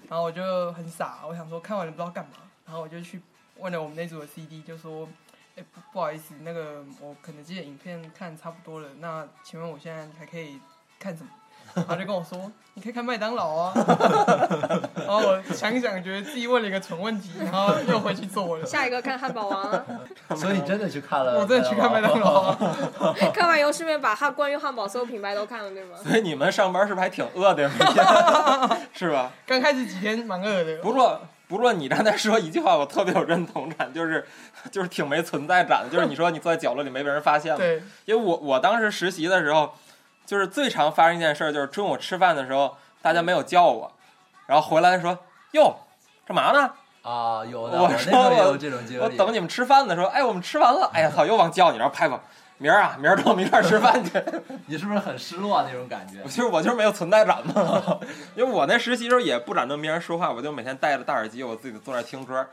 [SPEAKER 7] 然后我就很傻，我想说看完了不知道干嘛，然后我就去问了我们那组的 CD，就说，哎不不好意思，那个我肯德基的影片看差不多了，那请问我现在还可以看什么？然后就跟我说，你可以看麦当劳啊。然后我想一想，觉得自己问了一个蠢问题，然后又回去做 了。
[SPEAKER 6] 下一个看汉堡王 啊，
[SPEAKER 2] 所以你真的去看了，
[SPEAKER 7] 我真的去看麦当劳啊。
[SPEAKER 6] 看完以后顺便把汉关于汉堡所有品牌都看了，对吗？
[SPEAKER 5] 所以你们上班是不是还挺饿的？每天 是吧？
[SPEAKER 7] 刚开始几天蛮饿的，
[SPEAKER 5] 不过不过你刚才说一句话，我特别有认同感，就是就是挺没存在感的，就是你说你坐在角落里没被人发现嘛。
[SPEAKER 7] 对，
[SPEAKER 5] 因为我我当时实习的时候，就是最常发生一件事儿，就是中午吃饭的时候大家没有叫我，然后回来说哟干嘛呢？
[SPEAKER 2] 啊，有的，
[SPEAKER 5] 我
[SPEAKER 2] 我那时候也
[SPEAKER 5] 说我
[SPEAKER 2] 有这种经历。
[SPEAKER 5] 我等你们吃饭的时候，哎我们吃完了，哎呀操又忘叫你，然后拍吧。明儿啊，明儿跟我们一块儿吃饭去。
[SPEAKER 2] 你是不是很失落那种感觉
[SPEAKER 5] 我？就是我就是没有存在感嘛，因为我那实习时候也不敢跟别人说话，我就每天戴着大耳机，我自己坐那儿听歌，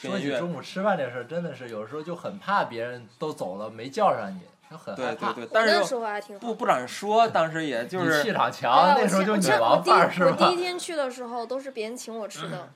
[SPEAKER 5] 听
[SPEAKER 2] 说
[SPEAKER 5] 音
[SPEAKER 2] 起
[SPEAKER 5] 乐。
[SPEAKER 2] 中午吃饭这事儿，真的是有时候就很怕别人都走了没叫上你，就很
[SPEAKER 5] 对
[SPEAKER 2] 害怕。
[SPEAKER 5] 对对，但
[SPEAKER 6] 我
[SPEAKER 5] 是
[SPEAKER 6] 那
[SPEAKER 5] 又
[SPEAKER 6] 时候还挺好
[SPEAKER 5] 不。不敢说，当时也就
[SPEAKER 2] 你气
[SPEAKER 5] 是
[SPEAKER 2] 场
[SPEAKER 6] 对
[SPEAKER 2] 强
[SPEAKER 6] 啊，，
[SPEAKER 2] 那时候就
[SPEAKER 6] 我
[SPEAKER 2] 女
[SPEAKER 6] 现我
[SPEAKER 2] 王
[SPEAKER 6] 第
[SPEAKER 2] 范儿是
[SPEAKER 6] 我第
[SPEAKER 2] 吧
[SPEAKER 6] 一？天去的时候都是别人请我吃的，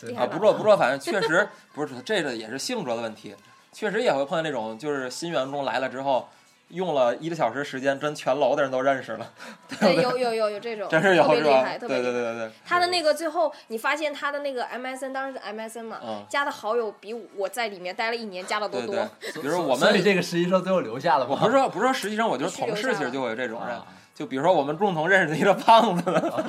[SPEAKER 2] 对
[SPEAKER 5] 啊，不过不过，反正确实不是这个也是性格的问题，确实也会碰见那种就是新员工来了之后，用了一个小时时间，真全楼的人都认识了，
[SPEAKER 6] 对，有有有有这种，
[SPEAKER 5] 真是
[SPEAKER 6] 哦
[SPEAKER 5] 有
[SPEAKER 6] 特别
[SPEAKER 5] 是
[SPEAKER 6] 厉
[SPEAKER 5] 吧？
[SPEAKER 6] 害，
[SPEAKER 5] 对
[SPEAKER 6] 特别
[SPEAKER 5] 对对
[SPEAKER 6] 厉害。啊
[SPEAKER 5] 对对，
[SPEAKER 6] 他的那个最后，你发现他的那个 MSN 当时是 MSN 嘛，
[SPEAKER 5] 嗯
[SPEAKER 6] 加的好友比我在里面待了一年加的都
[SPEAKER 5] 对
[SPEAKER 6] 多。
[SPEAKER 5] 对，比如说我
[SPEAKER 2] 所以
[SPEAKER 5] 们
[SPEAKER 2] 这个实习生最后留下了吗？
[SPEAKER 5] 我不是说不是说实习生，我觉得同事其实就会有这种
[SPEAKER 2] 啊
[SPEAKER 5] 人。就比如说我们共同认识的一个胖子，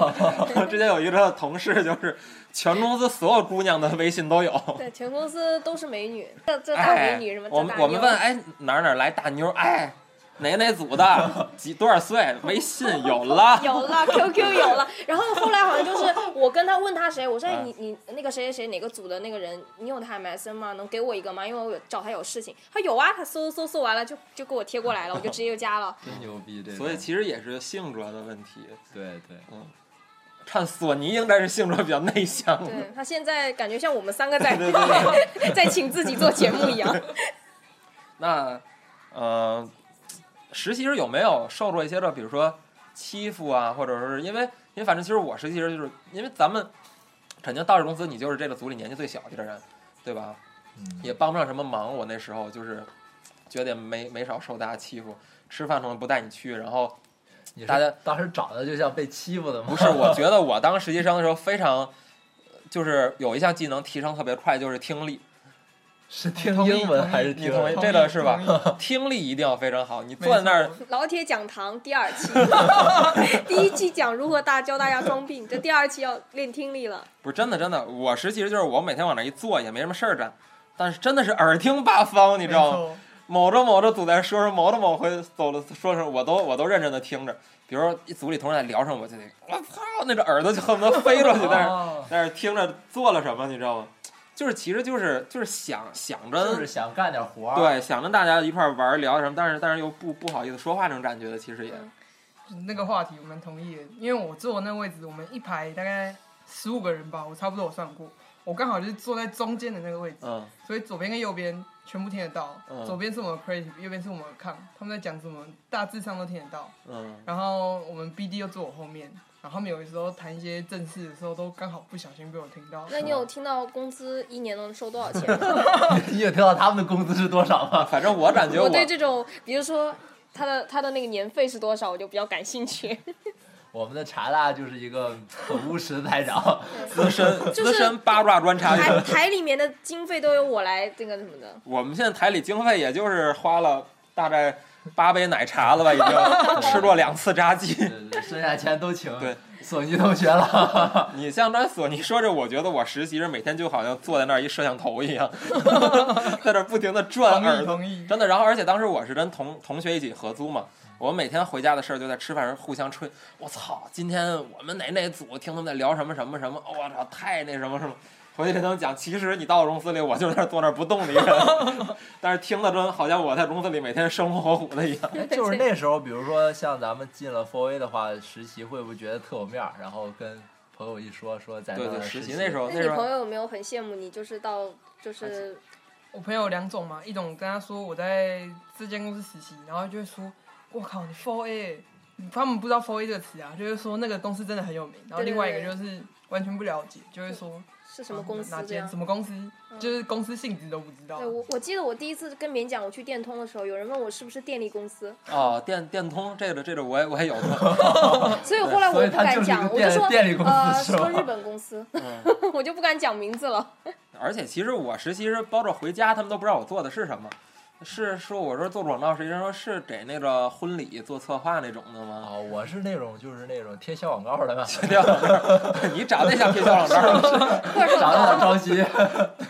[SPEAKER 5] 之前有一个同事，就是全公司所有姑娘的微信都有。
[SPEAKER 6] 对，全公司都是美女，这这大美
[SPEAKER 5] 哎
[SPEAKER 6] 女什么，，
[SPEAKER 5] 我
[SPEAKER 6] 这
[SPEAKER 5] 们
[SPEAKER 6] 大
[SPEAKER 5] 我们
[SPEAKER 6] 妞
[SPEAKER 5] 问，哎哪儿哪儿来大妞儿？哎，哪哪组的？几多少岁？微 信有了。
[SPEAKER 6] 有 了 QQ 有了，然后后来好像就是我跟他问他谁，我说哎
[SPEAKER 5] 啊
[SPEAKER 6] 你你那个谁谁谁哪个组的那个人，你有他 MSN 吗？能给我一个吗？因为我有找他有事情。他有啊，他搜搜搜完了就就给我贴过来了，我就直接就加了。
[SPEAKER 2] 真牛逼，这个
[SPEAKER 5] 所以其实也是性格的问题。
[SPEAKER 2] 对对，
[SPEAKER 5] 看索尼应该是性格比较内向的。
[SPEAKER 6] 对他现在感觉像我们三个在
[SPEAKER 5] 对对对
[SPEAKER 6] 在请自己做节目一样。
[SPEAKER 5] 那呃，实习时有没有受过一些这，比如说欺负啊，或者说是因为因为反正其实我实习时就是因为咱们肯定到这公司你就是这个组里年纪最小的一个人，对吧？
[SPEAKER 2] 嗯，
[SPEAKER 5] 也帮不上什么忙。我那时候就是觉得也没没少受大家欺负，吃饭什么不带你去，然后
[SPEAKER 2] 你是
[SPEAKER 5] 大家
[SPEAKER 2] 当时长得就像被欺负的吗？
[SPEAKER 5] 不是，我觉得我当实习生的时候非常。呃就是有一项技能提升特别快，就是听力。
[SPEAKER 2] 是听英文还是
[SPEAKER 5] 你
[SPEAKER 2] 听
[SPEAKER 5] 同意
[SPEAKER 2] 人？
[SPEAKER 5] 这个是
[SPEAKER 7] 同
[SPEAKER 5] 吧？听力一定要非常好。你坐在那儿
[SPEAKER 6] 老铁讲堂第二 期，第一期讲如何大教大家装病，这第二期要练听力 了。
[SPEAKER 5] 不是真的，真的，我实习就是我每天往那一坐也没什么事儿干，但是真的是耳听八方，你
[SPEAKER 7] 没
[SPEAKER 5] 知道吗？
[SPEAKER 7] 错，
[SPEAKER 5] 某着某着组在说说，某着某回走了说说，我都我都认真的听着。比如说一组里同事在聊什么，我就得我操，那个耳朵就恨不得飞出去，但是
[SPEAKER 2] 哦
[SPEAKER 5] 但是听着做了什么，你知道吗？就是其实就是就是想想着
[SPEAKER 2] 就是想干点活儿，
[SPEAKER 5] 对想着大家一块儿玩儿聊什么，但是但是又不不好意思说话这种感觉的，其实也
[SPEAKER 7] 那个话题我们同意的，因为我坐那个位置，我们一排大概十五个人吧，我差不多我算过，我刚好就是坐在中间的那个位置，
[SPEAKER 5] 嗯
[SPEAKER 7] 所以左边跟右边全部听得到，
[SPEAKER 5] 嗯
[SPEAKER 7] 左边是我们 creative，右边是我们 com，他们在讲什么，大致上都听得到。
[SPEAKER 5] 嗯
[SPEAKER 7] 然后我们 BD 又坐我后面，然后他们有的时候谈一些正事的时候，都刚好不小心被我听到。
[SPEAKER 6] 那你有听到工资一年能收多少 钱吗？
[SPEAKER 2] 你有听到他们的工资是多少吗？
[SPEAKER 5] 反正我感觉
[SPEAKER 6] 我对这种，比如说他的他的那个年费是多少，我就比较感兴趣。
[SPEAKER 2] 我们的查拉就是一个很务实的台长，
[SPEAKER 5] 资深
[SPEAKER 6] 就
[SPEAKER 5] 资
[SPEAKER 6] 是
[SPEAKER 5] 深八卦观察员
[SPEAKER 6] 台。台里面的经费都由我来这个什么的，
[SPEAKER 5] 我们现在台里经费也就是花了大概八杯奶茶了吧，已 经吃过两次炸鸡。
[SPEAKER 2] 对对呃剩下钱都请
[SPEAKER 5] 对
[SPEAKER 2] 索尼同学了。
[SPEAKER 5] 你像刚才索尼说这，我觉得我实习是每天就好像坐在那儿一摄像头一样， 在那儿不停的转
[SPEAKER 7] 同
[SPEAKER 5] 耳
[SPEAKER 7] 意
[SPEAKER 5] 朵，
[SPEAKER 7] 同意，
[SPEAKER 5] 真的。然后而且当时我是跟同同学一起合租嘛。我们每天回家的事儿就在吃饭时候互相吹，我操！今天我们哪哪组听他们在聊什么什么什么，我、操，太那什么什么。回去跟他们讲，其实你到公司里，我就在那儿坐那儿不动的一个人，但是听的真好像我在公司里每天生龙活虎的一样。
[SPEAKER 2] 就是那时候，比如说像咱们进了 4A 的话，实习会不会觉得特有面儿？然后跟朋友一说，说在
[SPEAKER 5] 对
[SPEAKER 2] 那啊
[SPEAKER 5] 对，
[SPEAKER 2] 儿
[SPEAKER 5] 实
[SPEAKER 2] 习
[SPEAKER 5] 习那时候
[SPEAKER 6] 那
[SPEAKER 5] 那
[SPEAKER 6] 你
[SPEAKER 5] 时
[SPEAKER 6] 朋
[SPEAKER 5] 候
[SPEAKER 6] 友有没有很羡慕你？就是到就是
[SPEAKER 7] 我朋友有两种嘛，一种跟他说我在这间公司实习，然后就会说，我靠，你 Four A，他们不知道 Four A 这个词啊，就会说那个公司真的很有名。然后
[SPEAKER 6] 对对
[SPEAKER 7] 另外一个就是完全不了解，就会说
[SPEAKER 6] 是什么公司
[SPEAKER 7] 哪
[SPEAKER 6] 这
[SPEAKER 7] 间
[SPEAKER 6] 样嗯
[SPEAKER 7] 什？么公司，就是公司性质都不知道
[SPEAKER 6] 对。我我记得我第一次跟别人讲我去电通的时候，有人问我是不是电力公司，
[SPEAKER 5] 哦，电电通这个这个我也我也有过，
[SPEAKER 6] 所以后来我
[SPEAKER 2] 啊所以
[SPEAKER 6] 不
[SPEAKER 2] 它
[SPEAKER 6] 敢
[SPEAKER 2] 就是一
[SPEAKER 6] 讲，我
[SPEAKER 2] 个
[SPEAKER 6] 就
[SPEAKER 2] 电
[SPEAKER 6] 说
[SPEAKER 2] 电力公司
[SPEAKER 6] 呃
[SPEAKER 2] 是
[SPEAKER 6] 什么
[SPEAKER 2] 吧
[SPEAKER 6] 日本公司，
[SPEAKER 5] 嗯
[SPEAKER 6] 我就不敢讲名 字了。
[SPEAKER 5] 而且其实我实习时包括回家，他们都不知道我做的是什么，是说我说做广告，实际上说是给那个婚礼做策划那种的吗？
[SPEAKER 2] 啊，我是那种就是那种贴小广告 的嘛，
[SPEAKER 5] 贴小广告， 你长得像贴小广告。
[SPEAKER 2] 长得很着急。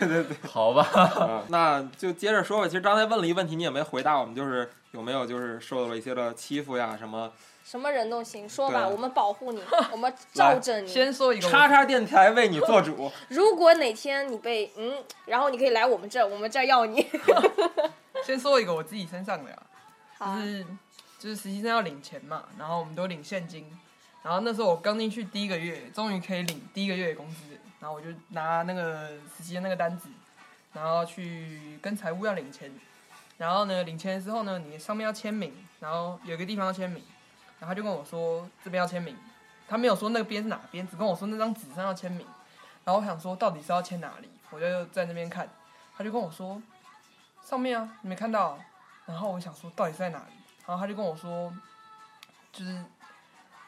[SPEAKER 2] 对 对对，好吧。
[SPEAKER 5] 那就接着说吧。其实刚才问了一问题，你也没回答我们，就是有没有就是受了一些的欺负呀？什么？
[SPEAKER 6] 什么人都行，说吧，
[SPEAKER 5] 对
[SPEAKER 6] 我们保护你，我们罩着你。
[SPEAKER 7] 先说一个我，
[SPEAKER 5] 叉叉电台为你做主。
[SPEAKER 6] 如果哪天你被嗯，然后你可以来我们这儿，我们这儿 要你。
[SPEAKER 7] 先说一个我自己身上的、啊，
[SPEAKER 6] 好啊
[SPEAKER 7] 就是就是实习生要领钱嘛，然后我们都领现金。然后那时候我刚进去第一个月，终于可以领第一个月的工资，然后我就拿那个实习的那个单子，然后去跟财务要领钱。然后呢，领钱之后呢，你上面要签名，然后有一个地方要签名，然后他就跟我说这边要签名，他没有说那边是哪边，只跟我说那张纸上要签名。然后我想说到底是要签哪里，我就在那边看，他就跟我说上面啊，你没看到啊、然后我想说到底是在哪里，然后他就跟我说，就是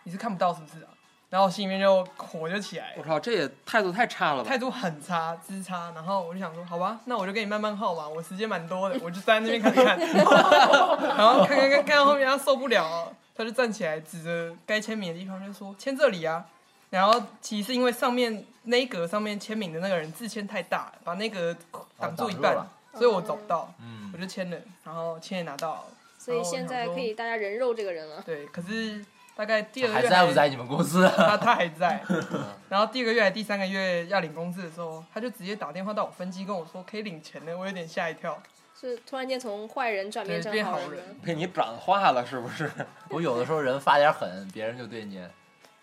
[SPEAKER 7] 你是看不到是不是啊？然后我心里面就 火就起来
[SPEAKER 5] 我
[SPEAKER 7] 了，
[SPEAKER 5] 靠，这也态度太差了吧！
[SPEAKER 7] 态度很差，之差。然后我就想说，好吧，那我就跟你慢慢耗吧，我时间蛮多的，我就站在那边看看， 然后看看看看到后面他受不了了，他就站起来指着该签名的地方就说签这里啊。然后其实是因为上面那一格上面签名的那个人字签太大，把那格挡住一
[SPEAKER 2] 哦挡
[SPEAKER 7] 半，
[SPEAKER 2] 住了
[SPEAKER 7] 所以我找不到，
[SPEAKER 2] 嗯
[SPEAKER 7] 我就签了，然后签也拿到了。
[SPEAKER 6] 所
[SPEAKER 7] 哦
[SPEAKER 6] 以现在可以大家人肉这个人了。
[SPEAKER 7] 对，可是大概第二个
[SPEAKER 2] 还
[SPEAKER 7] 月
[SPEAKER 2] 在不在你们公司？
[SPEAKER 7] 他他还在。
[SPEAKER 2] 嗯
[SPEAKER 7] 然后第二个月还第三个月要领工资的时候，他就直接打电话到我分机跟我说可以领钱了，我有点吓一跳。
[SPEAKER 6] 是突然间从坏人转变
[SPEAKER 7] 对
[SPEAKER 6] 成
[SPEAKER 7] 变好
[SPEAKER 6] 人
[SPEAKER 7] 人
[SPEAKER 6] 了。
[SPEAKER 5] 被你转化了是不是？
[SPEAKER 2] 我有的时候人发点狠，别人就对你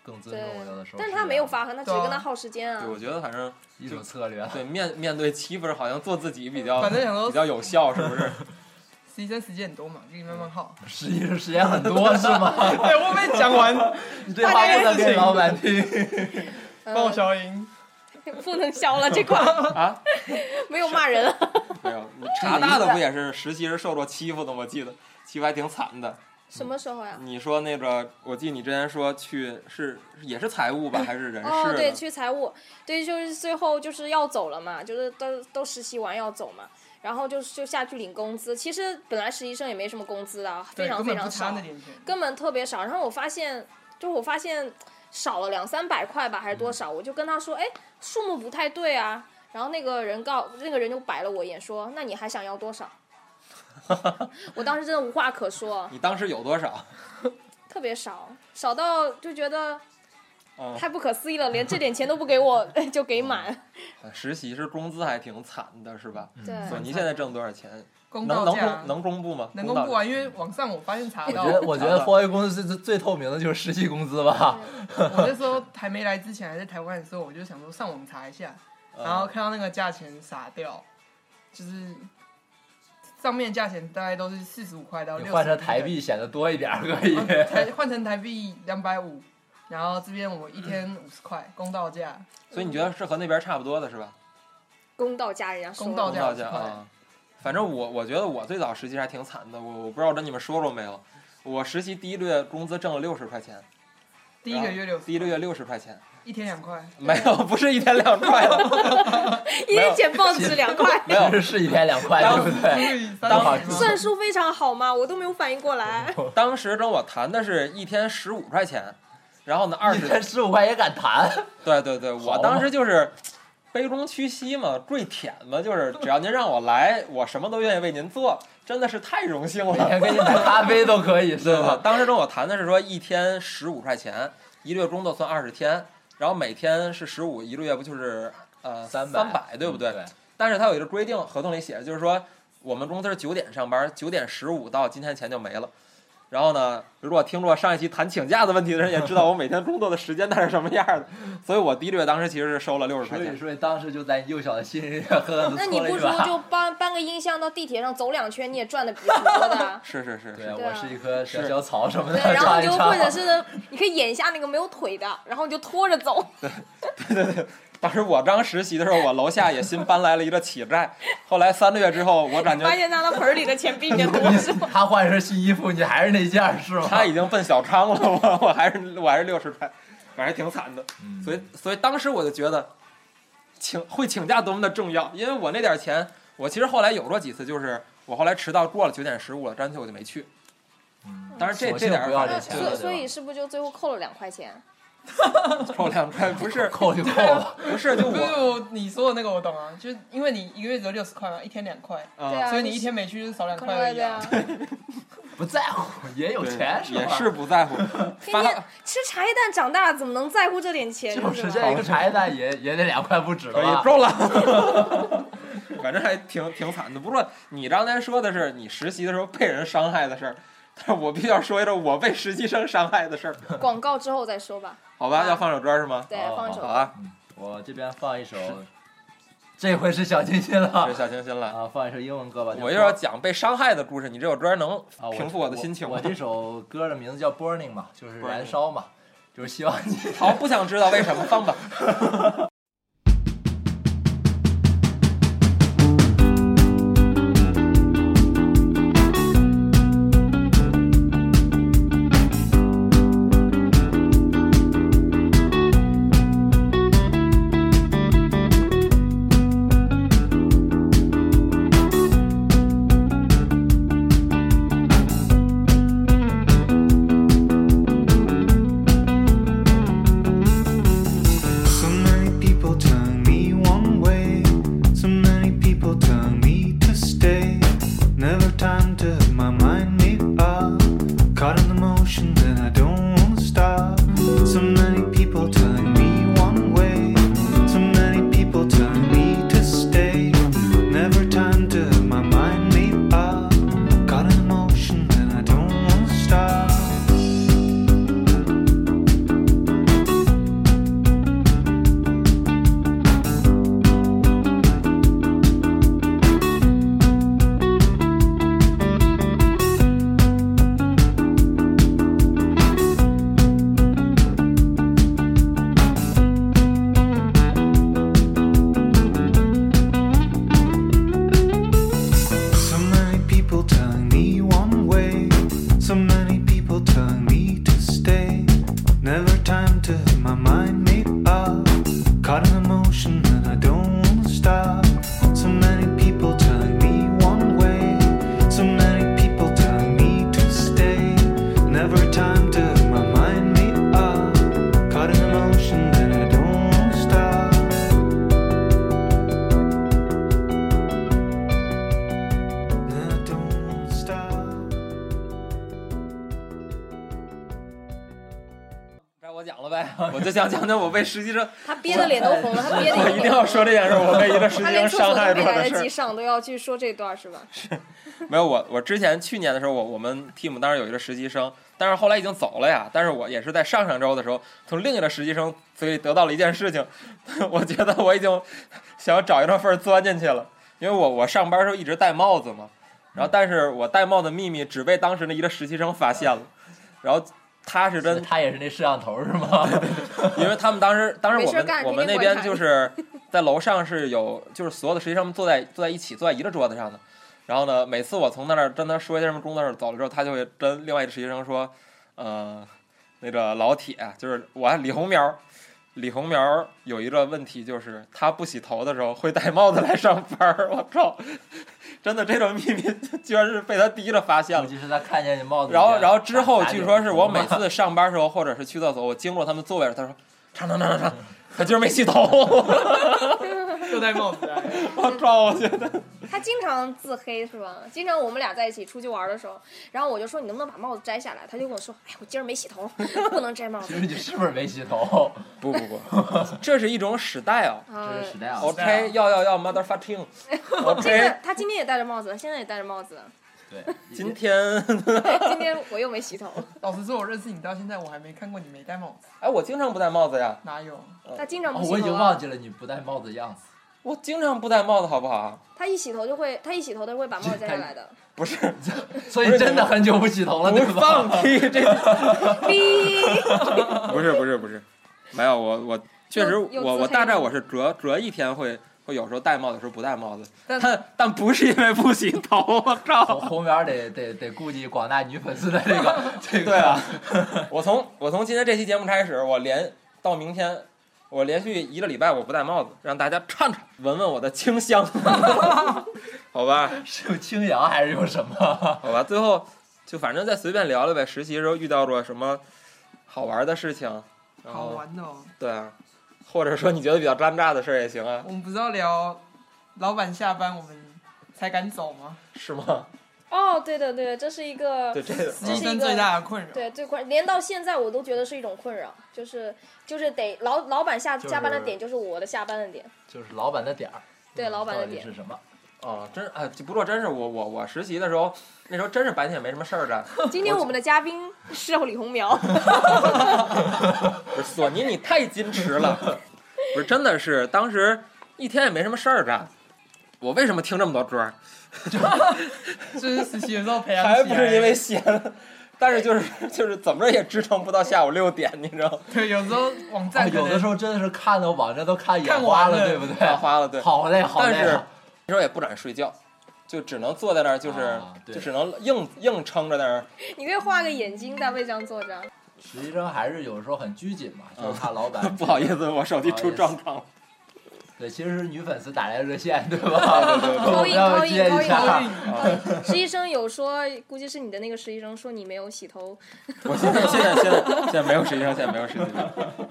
[SPEAKER 2] 更尊重。有的时候，
[SPEAKER 6] 但他没有，发狠，他只是跟他耗时间
[SPEAKER 5] 对，
[SPEAKER 6] 啊
[SPEAKER 5] 我。觉得反正
[SPEAKER 2] 一种策略。
[SPEAKER 5] 对面面对欺负，好像做自己比较
[SPEAKER 7] 反正想说
[SPEAKER 5] 比较有效，是 不是？
[SPEAKER 7] 实习生时间很多嘛，就可以慢慢 耗。
[SPEAKER 2] 实际上时间很多 是吗？
[SPEAKER 7] 对，我被讲完，
[SPEAKER 2] 你这话不能给老 板听。
[SPEAKER 7] 帮我消音。
[SPEAKER 6] 嗯 不能消了这块
[SPEAKER 5] 啊，
[SPEAKER 6] 没有骂人了。
[SPEAKER 5] 没有， 查大的不也是实习是受着欺负的吗？我记得欺负还挺惨的。
[SPEAKER 6] 什么时候
[SPEAKER 7] 啊
[SPEAKER 6] 呀？
[SPEAKER 5] 你说那个，我记得你之前说去是也是财务吧，
[SPEAKER 7] 嗯
[SPEAKER 5] 还是人事
[SPEAKER 6] 哦，
[SPEAKER 5] 的？
[SPEAKER 6] 对，去财务，对，就是最后就是要走了嘛，就是都都实习完要走嘛，然后就就下去领工资。其实本来实习生也没什么工资的啊， 非
[SPEAKER 7] 对，
[SPEAKER 6] 常
[SPEAKER 7] 根
[SPEAKER 6] 非
[SPEAKER 7] 本不
[SPEAKER 6] 常
[SPEAKER 7] 差
[SPEAKER 6] 少
[SPEAKER 7] 那，点钱。
[SPEAKER 6] 根本特别少。然后我发现，就是我发现少了两三百块吧，
[SPEAKER 7] 嗯
[SPEAKER 6] 还是多少？我就跟他说，哎，数目不太对啊。然后那个人告那个人就白了我一眼，说，那你还想要多少？ 我当时真的无话可说，
[SPEAKER 5] 你当时有多少？
[SPEAKER 6] 特别少，少到就觉得
[SPEAKER 5] 嗯，
[SPEAKER 6] 太不可思议了，连这点钱都不给我 就给
[SPEAKER 7] 哦
[SPEAKER 6] 满。
[SPEAKER 5] 实习是工资还挺惨的，是吧？
[SPEAKER 7] 嗯
[SPEAKER 6] 对，
[SPEAKER 5] 对，你现在挣多少钱？
[SPEAKER 7] 公
[SPEAKER 5] 能
[SPEAKER 7] 道
[SPEAKER 5] 能
[SPEAKER 7] 价啊
[SPEAKER 5] 公能公布吗？
[SPEAKER 7] 能公
[SPEAKER 5] 道
[SPEAKER 7] 布啊，因为网上我发现查
[SPEAKER 2] 我
[SPEAKER 7] 到
[SPEAKER 2] 觉，得，我觉得华为公司最最透明的就是实际工资吧。
[SPEAKER 7] 我那时候还没来之前还在台湾的时候，我就想说上网查一下，
[SPEAKER 5] 嗯
[SPEAKER 7] 然后看到那个价钱傻掉，就是上面价钱大概都是四十五块
[SPEAKER 5] 哦
[SPEAKER 7] 到
[SPEAKER 2] 你
[SPEAKER 7] 六十，
[SPEAKER 2] 换成台币显得多一点儿可 以。
[SPEAKER 5] 嗯
[SPEAKER 7] 啊台换成台币两百五，然后这边我一天五十块公道价，
[SPEAKER 5] 所以你觉得是和那边差不多的是吧？
[SPEAKER 6] 公道价人家说
[SPEAKER 7] 公道
[SPEAKER 5] 公
[SPEAKER 6] 了，
[SPEAKER 7] 价
[SPEAKER 5] 道价
[SPEAKER 7] 快
[SPEAKER 5] 啊。反正我我觉得我最早实习还挺惨的，我我不知道跟你们说过没有，我实习第一个月工资挣了六十块钱，
[SPEAKER 7] 第一个月六
[SPEAKER 5] 第一
[SPEAKER 7] 十，
[SPEAKER 5] 个月六十块钱，
[SPEAKER 7] 一天两块，
[SPEAKER 5] 没有，不是一天两块 了，
[SPEAKER 6] 一人捡报纸两块，
[SPEAKER 5] 没有
[SPEAKER 2] 其。实是一天两块，
[SPEAKER 5] 当
[SPEAKER 2] 对不对？
[SPEAKER 7] 当
[SPEAKER 2] 好
[SPEAKER 6] 算术非常好嘛，我都没有反应过来。
[SPEAKER 5] 当时跟我谈的是一天十五块钱，然后呢二
[SPEAKER 2] 一
[SPEAKER 5] 十，
[SPEAKER 2] 天十五块也敢谈？
[SPEAKER 5] 对对对，
[SPEAKER 2] 好
[SPEAKER 5] 我
[SPEAKER 2] 嘛
[SPEAKER 5] 当时就是卑躬屈膝嘛，跪舔嘛，就是只要您让我来，我什么都愿意为您做，真的是太荣幸
[SPEAKER 2] 每
[SPEAKER 5] 了。
[SPEAKER 2] 天给你买咖啡都可以，哎是
[SPEAKER 5] 对吧？
[SPEAKER 2] 吧？
[SPEAKER 5] 当时跟我谈的是说一天十五块钱，一个月工作算二十天，然后每天是十五，一个月不就是呃
[SPEAKER 2] 三嗯
[SPEAKER 5] 百对不对？
[SPEAKER 2] 对，
[SPEAKER 5] 但是它有一个规定，合同里写着就是说我们公司是九点上班，九点十五到今天钱就没了。然后呢，如果听过上一期谈请假的问题的人，也知道我每天工作的时间大概是什么样的。所以我第一个月当时其实是收了六十块
[SPEAKER 2] 所以
[SPEAKER 5] 钱。。
[SPEAKER 2] 说当时就在幼小的心里 面狠狠的
[SPEAKER 6] 那你不如就搬搬个音箱到地铁上走两圈，你也赚的比挺多的啊
[SPEAKER 5] 是是是
[SPEAKER 2] 对
[SPEAKER 5] 是，
[SPEAKER 2] 我是一棵小
[SPEAKER 5] 是
[SPEAKER 2] 小草什么的
[SPEAKER 6] 对，，然后
[SPEAKER 2] 唱
[SPEAKER 6] 你
[SPEAKER 2] 一
[SPEAKER 6] 就
[SPEAKER 2] 唱
[SPEAKER 6] 或者 是你可以演一下那个没有腿的，然后你就拖着走。
[SPEAKER 5] 当时我刚实习的时候，我楼下也新搬来了一个乞丐。后来三个月之后，我感觉
[SPEAKER 6] 发现他的盆儿里的钱比你
[SPEAKER 2] 嗯
[SPEAKER 6] 的多是吗？
[SPEAKER 2] 他换身新衣服，你还是那件儿是吗？
[SPEAKER 5] 他已经奔小康了，我我还是我还是六十块，反正挺惨的。
[SPEAKER 2] 嗯
[SPEAKER 5] 所以所以当时我就觉得，请会请假多么的重要，因为我那点钱，我其实后来有过几次，就是我后来迟到过了九点十五了，干脆我就没去。当然这
[SPEAKER 2] 嗯索
[SPEAKER 5] 这
[SPEAKER 2] 性
[SPEAKER 5] 点
[SPEAKER 2] 不要
[SPEAKER 5] 这
[SPEAKER 2] 这
[SPEAKER 5] 钱
[SPEAKER 2] 钱
[SPEAKER 6] 所
[SPEAKER 2] 了
[SPEAKER 6] 以所以是不是就最后扣了两块钱？
[SPEAKER 5] 扣两块，不是
[SPEAKER 2] 扣就扣 吧，
[SPEAKER 5] 不是就
[SPEAKER 7] 不是
[SPEAKER 5] 我
[SPEAKER 7] 我你说的那个我懂啊，就是因为你一个月只有六十块嘛，一天两块，
[SPEAKER 6] 对
[SPEAKER 5] 啊，
[SPEAKER 6] 啊，
[SPEAKER 7] 所以你一天没去就是少两块而
[SPEAKER 6] 对
[SPEAKER 7] 已
[SPEAKER 6] 对 啊
[SPEAKER 7] 啊。，
[SPEAKER 2] 不在乎也有钱是吧？
[SPEAKER 5] 也是不在乎，
[SPEAKER 6] 天
[SPEAKER 5] 发
[SPEAKER 6] 天吃茶叶蛋长大，怎么能在乎这点钱？
[SPEAKER 2] 就是
[SPEAKER 6] 吧
[SPEAKER 2] 现在一个茶叶蛋也也得两块不止
[SPEAKER 5] 可
[SPEAKER 2] 了
[SPEAKER 5] 以
[SPEAKER 2] 吧？
[SPEAKER 5] 够了。 反正还挺挺惨的。不过你刚才说的是你实习的时候被人伤害的事儿，但是我必须要说一个我被实习生伤害的事儿，
[SPEAKER 6] 广告之后再说吧。
[SPEAKER 5] 好吧？
[SPEAKER 6] 啊
[SPEAKER 5] 要放首歌是吗？
[SPEAKER 6] 对
[SPEAKER 2] 好，
[SPEAKER 6] 放一首
[SPEAKER 5] 好
[SPEAKER 6] 歌。
[SPEAKER 5] 啊，
[SPEAKER 2] 我这边放一首，这回是小清新
[SPEAKER 5] 这
[SPEAKER 2] 了
[SPEAKER 5] 小清新了。
[SPEAKER 2] 啊，放一首英文歌吧。
[SPEAKER 5] 我
[SPEAKER 2] 就
[SPEAKER 5] 又要讲被伤害的故事，你这首歌能
[SPEAKER 2] 啊，
[SPEAKER 5] 平复我的心情
[SPEAKER 2] 我
[SPEAKER 5] 吗
[SPEAKER 2] 这？首歌的名字叫《Burning》嘛，就是
[SPEAKER 5] Burning
[SPEAKER 2] 燃烧嘛，就是希望你。
[SPEAKER 5] 好，不想知道为什么，放吧。
[SPEAKER 8] I
[SPEAKER 5] 我讲了呗， 我就想讲讲我被实习生，
[SPEAKER 6] 他憋的脸都红了，他憋
[SPEAKER 5] 我
[SPEAKER 6] 的
[SPEAKER 5] 一定要说这件事，我被一个实习
[SPEAKER 6] 他连
[SPEAKER 5] 生
[SPEAKER 6] 厕
[SPEAKER 5] 伤
[SPEAKER 6] 所
[SPEAKER 5] 害
[SPEAKER 6] 都
[SPEAKER 5] 过
[SPEAKER 6] 没
[SPEAKER 5] 的
[SPEAKER 6] 来
[SPEAKER 5] 事
[SPEAKER 6] 得
[SPEAKER 5] 儿
[SPEAKER 6] 及。上，都要去说这段是吧？
[SPEAKER 5] 没有我，我之前去年的时候，我我们 team 当时有一个实习生，但是后来已经走了呀。但是我也是在上上周的时候，从另一个实习生嘴里得到了一件事情， 我觉得我已经想要找一张份儿钻进去了，因为我我上班的时候一直戴帽子嘛，然后但是我戴帽子秘密只被当时的一个实习生发现了，然后他是跟
[SPEAKER 2] 他也是那摄像头是吗？
[SPEAKER 5] 因为他们当时，当时我
[SPEAKER 6] 没事儿
[SPEAKER 5] 们
[SPEAKER 6] 干
[SPEAKER 5] 我们
[SPEAKER 6] 天天
[SPEAKER 5] 那
[SPEAKER 6] 观
[SPEAKER 5] 边
[SPEAKER 6] 察
[SPEAKER 5] 就是在楼上是有，就是所有的实习生们坐在坐在一起，坐在一个桌子上的。然后呢，每次我从那儿跟他说一些什么工作事儿走了之后，他就会跟另外一个实习生说，呃，那个老铁，啊就是我李红苗，李红苗有一个问题就是他不洗头的时候会戴帽子来上班儿。我靠，真的这种秘密 居然是被他第一个发现
[SPEAKER 2] 估
[SPEAKER 5] 了。
[SPEAKER 2] 计是他看见你帽子。
[SPEAKER 5] 然后，然后之后
[SPEAKER 2] 打
[SPEAKER 5] 据说是 我每。
[SPEAKER 2] 打你
[SPEAKER 5] 次上班时候，或者是去厕所，我经过他们座位，他说：“唱唱唱唱唱，他今儿没洗 头。
[SPEAKER 7] 又戴帽子啊，”
[SPEAKER 5] 我操！我觉得
[SPEAKER 6] 他经常自黑是吧？经常我们俩在一起出去玩的时候，然后我就说你能不能把帽子摘下来？他就跟我说，哎，我今儿 没洗头，不能摘帽子。
[SPEAKER 2] 就是 你是不是没洗头？
[SPEAKER 5] 不不不， 这是一种时代啊。
[SPEAKER 6] 啊
[SPEAKER 2] 这是，时代啊！
[SPEAKER 5] OK，要要要，motherfucking。
[SPEAKER 6] 现
[SPEAKER 5] OK，
[SPEAKER 2] 哎
[SPEAKER 6] 在他今天也戴着帽子，现在也戴着帽子。哎
[SPEAKER 2] 对，
[SPEAKER 5] 今天，
[SPEAKER 6] 今天我又没洗头，
[SPEAKER 7] 老实说，我认识你到现在，我还没看过你没戴帽子，
[SPEAKER 5] 哎，我经常不戴帽子呀，
[SPEAKER 7] 哪有？
[SPEAKER 6] 他经常
[SPEAKER 2] 哦
[SPEAKER 6] 不洗头、啊
[SPEAKER 2] 我已经忘记了你不戴帽子的样子。
[SPEAKER 5] 我经常不戴帽子，好不好？
[SPEAKER 6] 他一洗头就会，他一洗头都会把帽子摘下来 的。
[SPEAKER 5] 不是，
[SPEAKER 2] 所以真的很久不洗头了，
[SPEAKER 5] 不
[SPEAKER 2] 对
[SPEAKER 5] 是放
[SPEAKER 2] 吧？
[SPEAKER 5] 屁，这
[SPEAKER 6] 哔，
[SPEAKER 5] 不是不是不是，没有我我确实
[SPEAKER 6] 又又
[SPEAKER 5] 我
[SPEAKER 6] 自
[SPEAKER 5] 我
[SPEAKER 6] 黑
[SPEAKER 5] 大概
[SPEAKER 6] 吗
[SPEAKER 5] 我是隔隔一天会会有时候戴帽子，有时候不戴帽子，
[SPEAKER 7] 但
[SPEAKER 5] 但但不是因为不洗头，我操！
[SPEAKER 2] 红红苗得得得顾及广大女粉丝的这 个这个。
[SPEAKER 5] 对啊，我从我从今天这期节目开始，我连到明天，我连续一个礼拜我不戴帽子，让大家看看闻闻我的清香， 好吧，
[SPEAKER 2] 是用清扬还是用什么？
[SPEAKER 5] 好吧，最后就反正再随便聊聊呗。实习时候遇到过什么好玩的事情，然
[SPEAKER 7] 好
[SPEAKER 5] 后
[SPEAKER 7] 玩哦。
[SPEAKER 5] 对啊，或者说你觉得比较尴尬的事儿也行啊，
[SPEAKER 7] 我们不是要聊老板下班我们才敢走吗？
[SPEAKER 5] 是吗？
[SPEAKER 6] 哦，对的对的，这是一个
[SPEAKER 5] 对这个，
[SPEAKER 7] 实习
[SPEAKER 6] 是一
[SPEAKER 7] 生
[SPEAKER 6] 个
[SPEAKER 7] 最大的困扰。
[SPEAKER 6] 对，最困，连到现在我都觉得是一种困扰，就是就是得老老板下
[SPEAKER 2] 就是
[SPEAKER 6] 下班的点就是我的下班的点，
[SPEAKER 2] 就是老板的点儿。嗯
[SPEAKER 6] 对老板的
[SPEAKER 2] 到底
[SPEAKER 6] 点
[SPEAKER 2] 是什么？
[SPEAKER 5] 哦，真啊，不过真是我我我实习的时候，那时候真是白天也没什么事儿干，
[SPEAKER 6] 今天我们的嘉宾是李 红苗，
[SPEAKER 5] 不是索尼，你太矜持 了。不是，真的是当时一天也没什么事儿干。我为什么听这么多歌儿？
[SPEAKER 7] 就是实习的时候培养起来
[SPEAKER 5] 还不是因为闲，但是就是就是怎么着也支撑不到下午六点，你知 道吗？
[SPEAKER 7] 对，有时候网
[SPEAKER 2] 啊
[SPEAKER 7] 站可
[SPEAKER 2] 有的
[SPEAKER 7] 能
[SPEAKER 2] 时候真的是看的网站都看眼
[SPEAKER 7] 看
[SPEAKER 2] 花
[SPEAKER 7] 完
[SPEAKER 2] 了，
[SPEAKER 7] 了
[SPEAKER 2] 对不对？
[SPEAKER 5] 眼花了对
[SPEAKER 2] 好累，好
[SPEAKER 5] 但
[SPEAKER 2] 累
[SPEAKER 5] 是
[SPEAKER 2] 啊。
[SPEAKER 5] 那时候也不敢睡觉，就只能坐在那儿，就是、
[SPEAKER 2] 啊对
[SPEAKER 5] 就只能硬硬撑着那儿。
[SPEAKER 6] 你可以画个眼睛在背上坐着，
[SPEAKER 2] 实习生还是有时候很拘谨嘛，就是
[SPEAKER 5] 嗯
[SPEAKER 2] 怕老板。
[SPEAKER 5] 不好意思，我手机出状况了。
[SPEAKER 2] 对，其实是女粉丝打来的热线，对
[SPEAKER 5] 啊
[SPEAKER 2] 吧？
[SPEAKER 6] 高音高音
[SPEAKER 2] 接
[SPEAKER 6] 高
[SPEAKER 2] 一
[SPEAKER 6] 音
[SPEAKER 2] 下
[SPEAKER 6] 高音。高音，呃实习生有说，估计是你的那个实习生说你没有洗头，
[SPEAKER 5] 我现在现在现在现在没有实习生，现在没有实习生。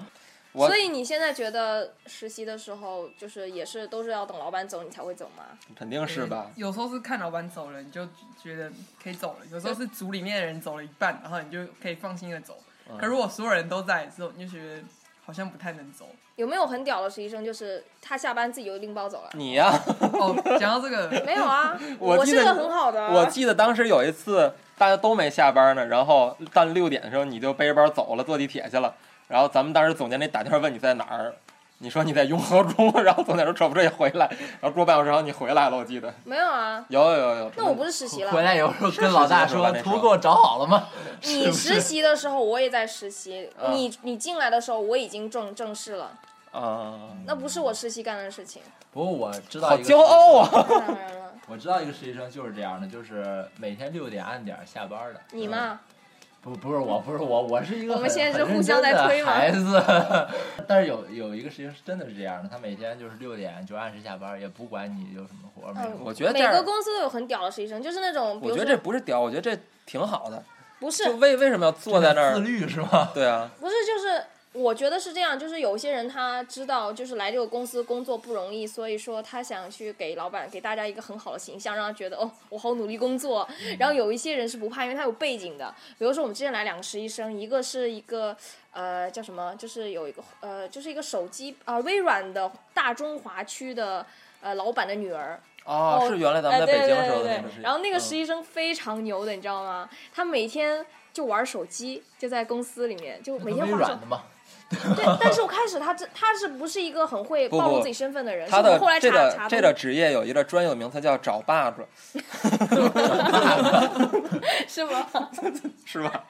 [SPEAKER 5] 我
[SPEAKER 6] 所以你现在觉得实习的时候就是也是都是要等老板走你才会走吗？
[SPEAKER 5] 肯定 是吧？
[SPEAKER 7] 有时候是看老板走了，你就觉得可以走了；有时候是组里面的人走了一半，然后你就可以放心的走。
[SPEAKER 5] 嗯
[SPEAKER 7] 可如果所有人都在的时候，你就觉得好像不太能 走。
[SPEAKER 6] 有没有很屌的实习生，就是他下班自己就拎包走了？
[SPEAKER 5] 你呀、
[SPEAKER 7] 哦，讲到这个，
[SPEAKER 6] 没有啊，
[SPEAKER 5] 我
[SPEAKER 6] 我
[SPEAKER 5] 记
[SPEAKER 6] 是
[SPEAKER 5] 得
[SPEAKER 6] 个很好的啊。
[SPEAKER 5] 我记得当时有一次，大家都没下班呢，然后到六点的时候你就背着包走了，坐地铁去了。然后咱们当时总监那打电话问你在哪儿，你说你在雍和宫，然后总监说扯不着也回来，然后过半小时后你回来了，我记得
[SPEAKER 6] 没有啊，
[SPEAKER 5] 有有有有。
[SPEAKER 6] 那我不是实习
[SPEAKER 2] 回
[SPEAKER 6] 了。
[SPEAKER 2] 来有时候跟老大说
[SPEAKER 5] 是是是
[SPEAKER 2] 图给我找好了吗？
[SPEAKER 6] 你实习的时候我也在实习，
[SPEAKER 5] 啊
[SPEAKER 6] 你你进来的时候我已经正正式了，
[SPEAKER 5] 啊、
[SPEAKER 6] 那不是我实习干的事 情。
[SPEAKER 2] 不过我知道
[SPEAKER 5] 好
[SPEAKER 2] 一个
[SPEAKER 5] 骄傲啊！
[SPEAKER 6] 当然了，
[SPEAKER 2] 我知道一个实习生就是这样的，就是每天六点按点儿下班的。嗯
[SPEAKER 6] 你嘛，
[SPEAKER 2] 不，不是我，不是我，我是一个
[SPEAKER 6] 我们
[SPEAKER 2] 很
[SPEAKER 6] 现在是
[SPEAKER 2] 很认
[SPEAKER 6] 互相
[SPEAKER 2] 真
[SPEAKER 6] 在
[SPEAKER 2] 的
[SPEAKER 6] 推吗
[SPEAKER 2] 孩子， 但是有有一个实习生是真的是这样的，他每天就是六点就按时下班，也不管你有什么活儿没有。
[SPEAKER 6] 嗯
[SPEAKER 5] 我觉得这
[SPEAKER 6] 每个
[SPEAKER 5] 样，
[SPEAKER 6] 公司都有很屌的实习生，就是那种，比
[SPEAKER 5] 我
[SPEAKER 6] 如
[SPEAKER 5] 觉得这
[SPEAKER 6] 说
[SPEAKER 5] 不是屌，我觉得这挺好的。
[SPEAKER 6] 不是
[SPEAKER 5] 就为为什么要坐在那
[SPEAKER 2] 自
[SPEAKER 5] 儿？
[SPEAKER 2] 律是吗？
[SPEAKER 5] 对啊，
[SPEAKER 6] 不是就是。我觉得是这样，就是有一些人他知道，就是来这个公司工作不容易，所以说他想去给老板、给大家一个很好的形象，让他觉得哦，我好努力工作。
[SPEAKER 5] 嗯
[SPEAKER 6] 然后有一些人是不怕，因为他有背景的。比如说我们之前来两个实习生，一个是一个呃叫什么，就是有一个呃就是一个手机啊、呃微软的大中华区的呃老板的女儿，
[SPEAKER 5] 哦，
[SPEAKER 6] 哦
[SPEAKER 5] 是原来咱
[SPEAKER 6] 哎，
[SPEAKER 5] 们在
[SPEAKER 6] 对
[SPEAKER 5] 北京
[SPEAKER 6] 对
[SPEAKER 5] 时候的
[SPEAKER 6] 对
[SPEAKER 5] 那个
[SPEAKER 6] 对
[SPEAKER 5] 事情。
[SPEAKER 6] 然后那个
[SPEAKER 5] 嗯
[SPEAKER 6] 实习生非常牛的，你知道吗？他每天就玩手机，就在公司里面，就 每天
[SPEAKER 2] 微
[SPEAKER 6] 玩手
[SPEAKER 2] 软。的嘛，
[SPEAKER 6] 对，但是我开始他这他是不是一个很会
[SPEAKER 5] 不
[SPEAKER 6] 暴露
[SPEAKER 5] 不
[SPEAKER 6] 自己身份的人？
[SPEAKER 5] 他
[SPEAKER 6] 是我
[SPEAKER 5] 的
[SPEAKER 6] 后来查
[SPEAKER 5] 这
[SPEAKER 6] 查
[SPEAKER 5] 个
[SPEAKER 6] 到
[SPEAKER 5] 这个职业有一个专有名词叫“找爸爸
[SPEAKER 6] 是吗？”，
[SPEAKER 5] 是吧？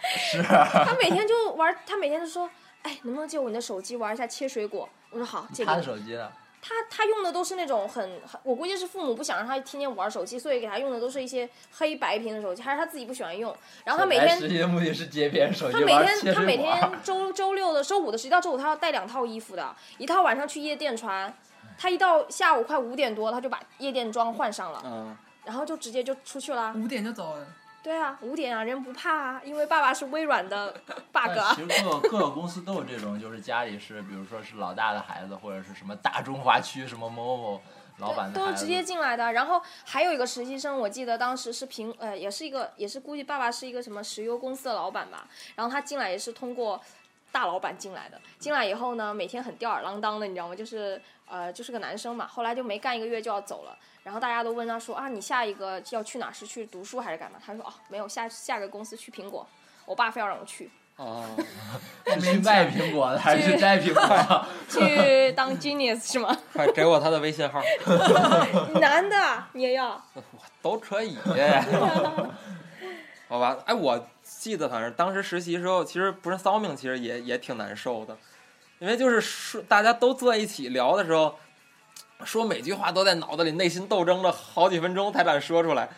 [SPEAKER 6] 他每天就玩，他每天就说：“哎，能不能借我你的手机玩一下切水果？”我说好，借给
[SPEAKER 2] 他的
[SPEAKER 6] 你。
[SPEAKER 2] 手机呢？
[SPEAKER 6] 他他用的都是那种很，很我估计是父母不想让他天天玩手机，所以给他用的都是一些黑白屏的手机，还是他自己不喜欢用。然啊后他每
[SPEAKER 2] 来
[SPEAKER 6] 天
[SPEAKER 2] 实习的目的是接别人手机
[SPEAKER 6] 他每
[SPEAKER 2] 玩
[SPEAKER 6] 天
[SPEAKER 2] 切
[SPEAKER 6] 他
[SPEAKER 2] 水
[SPEAKER 6] 每
[SPEAKER 2] 果
[SPEAKER 6] 天周周六的周五的时候，一到周五他要带两套衣服的，一套晚上去夜店穿，他一到下午快五点多他就把夜店装换上了，
[SPEAKER 5] 嗯，
[SPEAKER 6] 然后就直接就出去啦。
[SPEAKER 7] 五点就走了。
[SPEAKER 6] 对啊，五点啊，人不怕啊，因为爸爸是微软的 bug
[SPEAKER 2] 但
[SPEAKER 6] 啊
[SPEAKER 2] 哎其。实各各个公司都有这种，就是家里是比如说是老大的孩子，或者是什么大中华区什么某某某老板的
[SPEAKER 6] 都
[SPEAKER 2] 孩
[SPEAKER 6] 是
[SPEAKER 2] 子，
[SPEAKER 6] 直接进来的，然后还有一个实习生，我记得当时是平呃，也是一个也是估计爸爸是一个什么石油公司的老板吧，然后他进来也是通过大老板进来的，进来以后呢，每天很吊儿郎当的，你知道吗？就是呃，就是个男生嘛，后来就没干一个月就要走了，然后大家都问他说啊，你下一个要去哪儿？是去读书还是干嘛？他说哦，没有，下下个公司去苹果，我爸非要让我 去
[SPEAKER 5] 哦，
[SPEAKER 2] 是去卖苹果的还是去摘 苹果？
[SPEAKER 6] 去当 genius 是吗？
[SPEAKER 5] 快给我他的微信号，
[SPEAKER 6] 男的你也要？
[SPEAKER 5] 都可以。好吧，哎，我记得反正当时实习时候，其实不是骚命，其实也也挺难受的，因为就是说大家都坐在一起聊的时候，说每句话都在脑子里内心斗争了好几分钟才敢说出来，